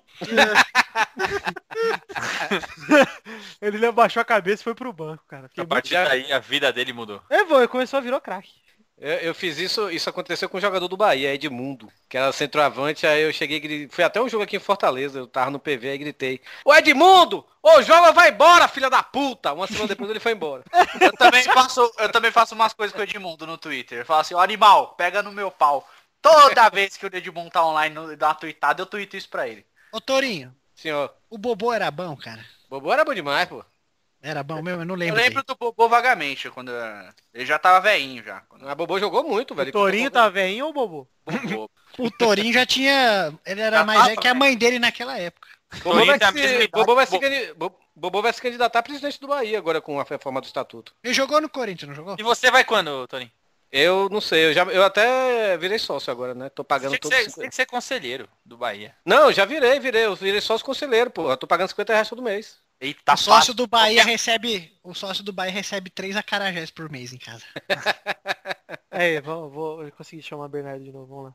Speaker 3: ele abaixou a cabeça e foi pro banco, cara. Fiquei
Speaker 1: A partir
Speaker 3: muito-
Speaker 1: daí a vida dele mudou.
Speaker 3: É, bom, ele começou a virar craque.
Speaker 8: Eu, eu fiz isso, isso aconteceu com um jogador do Bahia, Edmundo, que era centroavante, aí eu cheguei, e gri- foi até um jogo aqui em Fortaleza, eu tava no PV, aí gritei, ô Edmundo, ô joga, vai embora, filha da puta! Uma semana depois ele foi embora.
Speaker 2: Eu também faço, eu também faço umas coisas com o Edmundo no Twitter. Eu falo assim, ó, animal, pega no meu pau. Toda vez que o Edmundo tá online no- dá uma tweetada, eu tweeto isso pra ele.
Speaker 7: Ô Torinho,
Speaker 8: Senhor,
Speaker 7: o Bobô era bom, cara.
Speaker 8: Bobô era bom demais, pô.
Speaker 7: Era bom mesmo, eu não
Speaker 2: Eu
Speaker 7: lembro.
Speaker 2: lembro
Speaker 7: dele.
Speaker 2: do Bobô vagamente, quando eu era- ele já tava velhinho já.
Speaker 8: Mas Bobô jogou muito, velho.
Speaker 3: Torinho tá veinho ou bobo?
Speaker 8: Bobô.
Speaker 7: O Torinho já tinha. Ele era
Speaker 8: Já
Speaker 7: mais
Speaker 8: tava,
Speaker 7: velho que
Speaker 2: né?
Speaker 7: a mãe dele naquela época.
Speaker 8: Bobô vai,
Speaker 7: Torinho tem a mesma
Speaker 8: se, Bobô, vai se candi- Bo- Bobô vai se candidatar a presidente do Bahia agora com a reforma do estatuto.
Speaker 7: Ele jogou no Corinthians, não jogou?
Speaker 1: E você vai quando, Toninho?
Speaker 8: Eu não sei, eu, já, eu até virei sócio agora, né? Tô pagando
Speaker 1: Tinha que,
Speaker 8: todos
Speaker 1: ser,
Speaker 8: os 50.
Speaker 1: tinha que ser conselheiro do Bahia.
Speaker 8: Não, já virei, virei. Eu virei sócio conselheiro, pô. Eu tô pagando 50 reais todo mês.
Speaker 1: Eita,
Speaker 2: Tá
Speaker 7: O sócio do Bahia recebe. O sócio do Bahia recebe três acarajés por mês em casa.
Speaker 3: É, Aí, vou, vou eu consegui chamar o Bernardo de novo, vamos lá.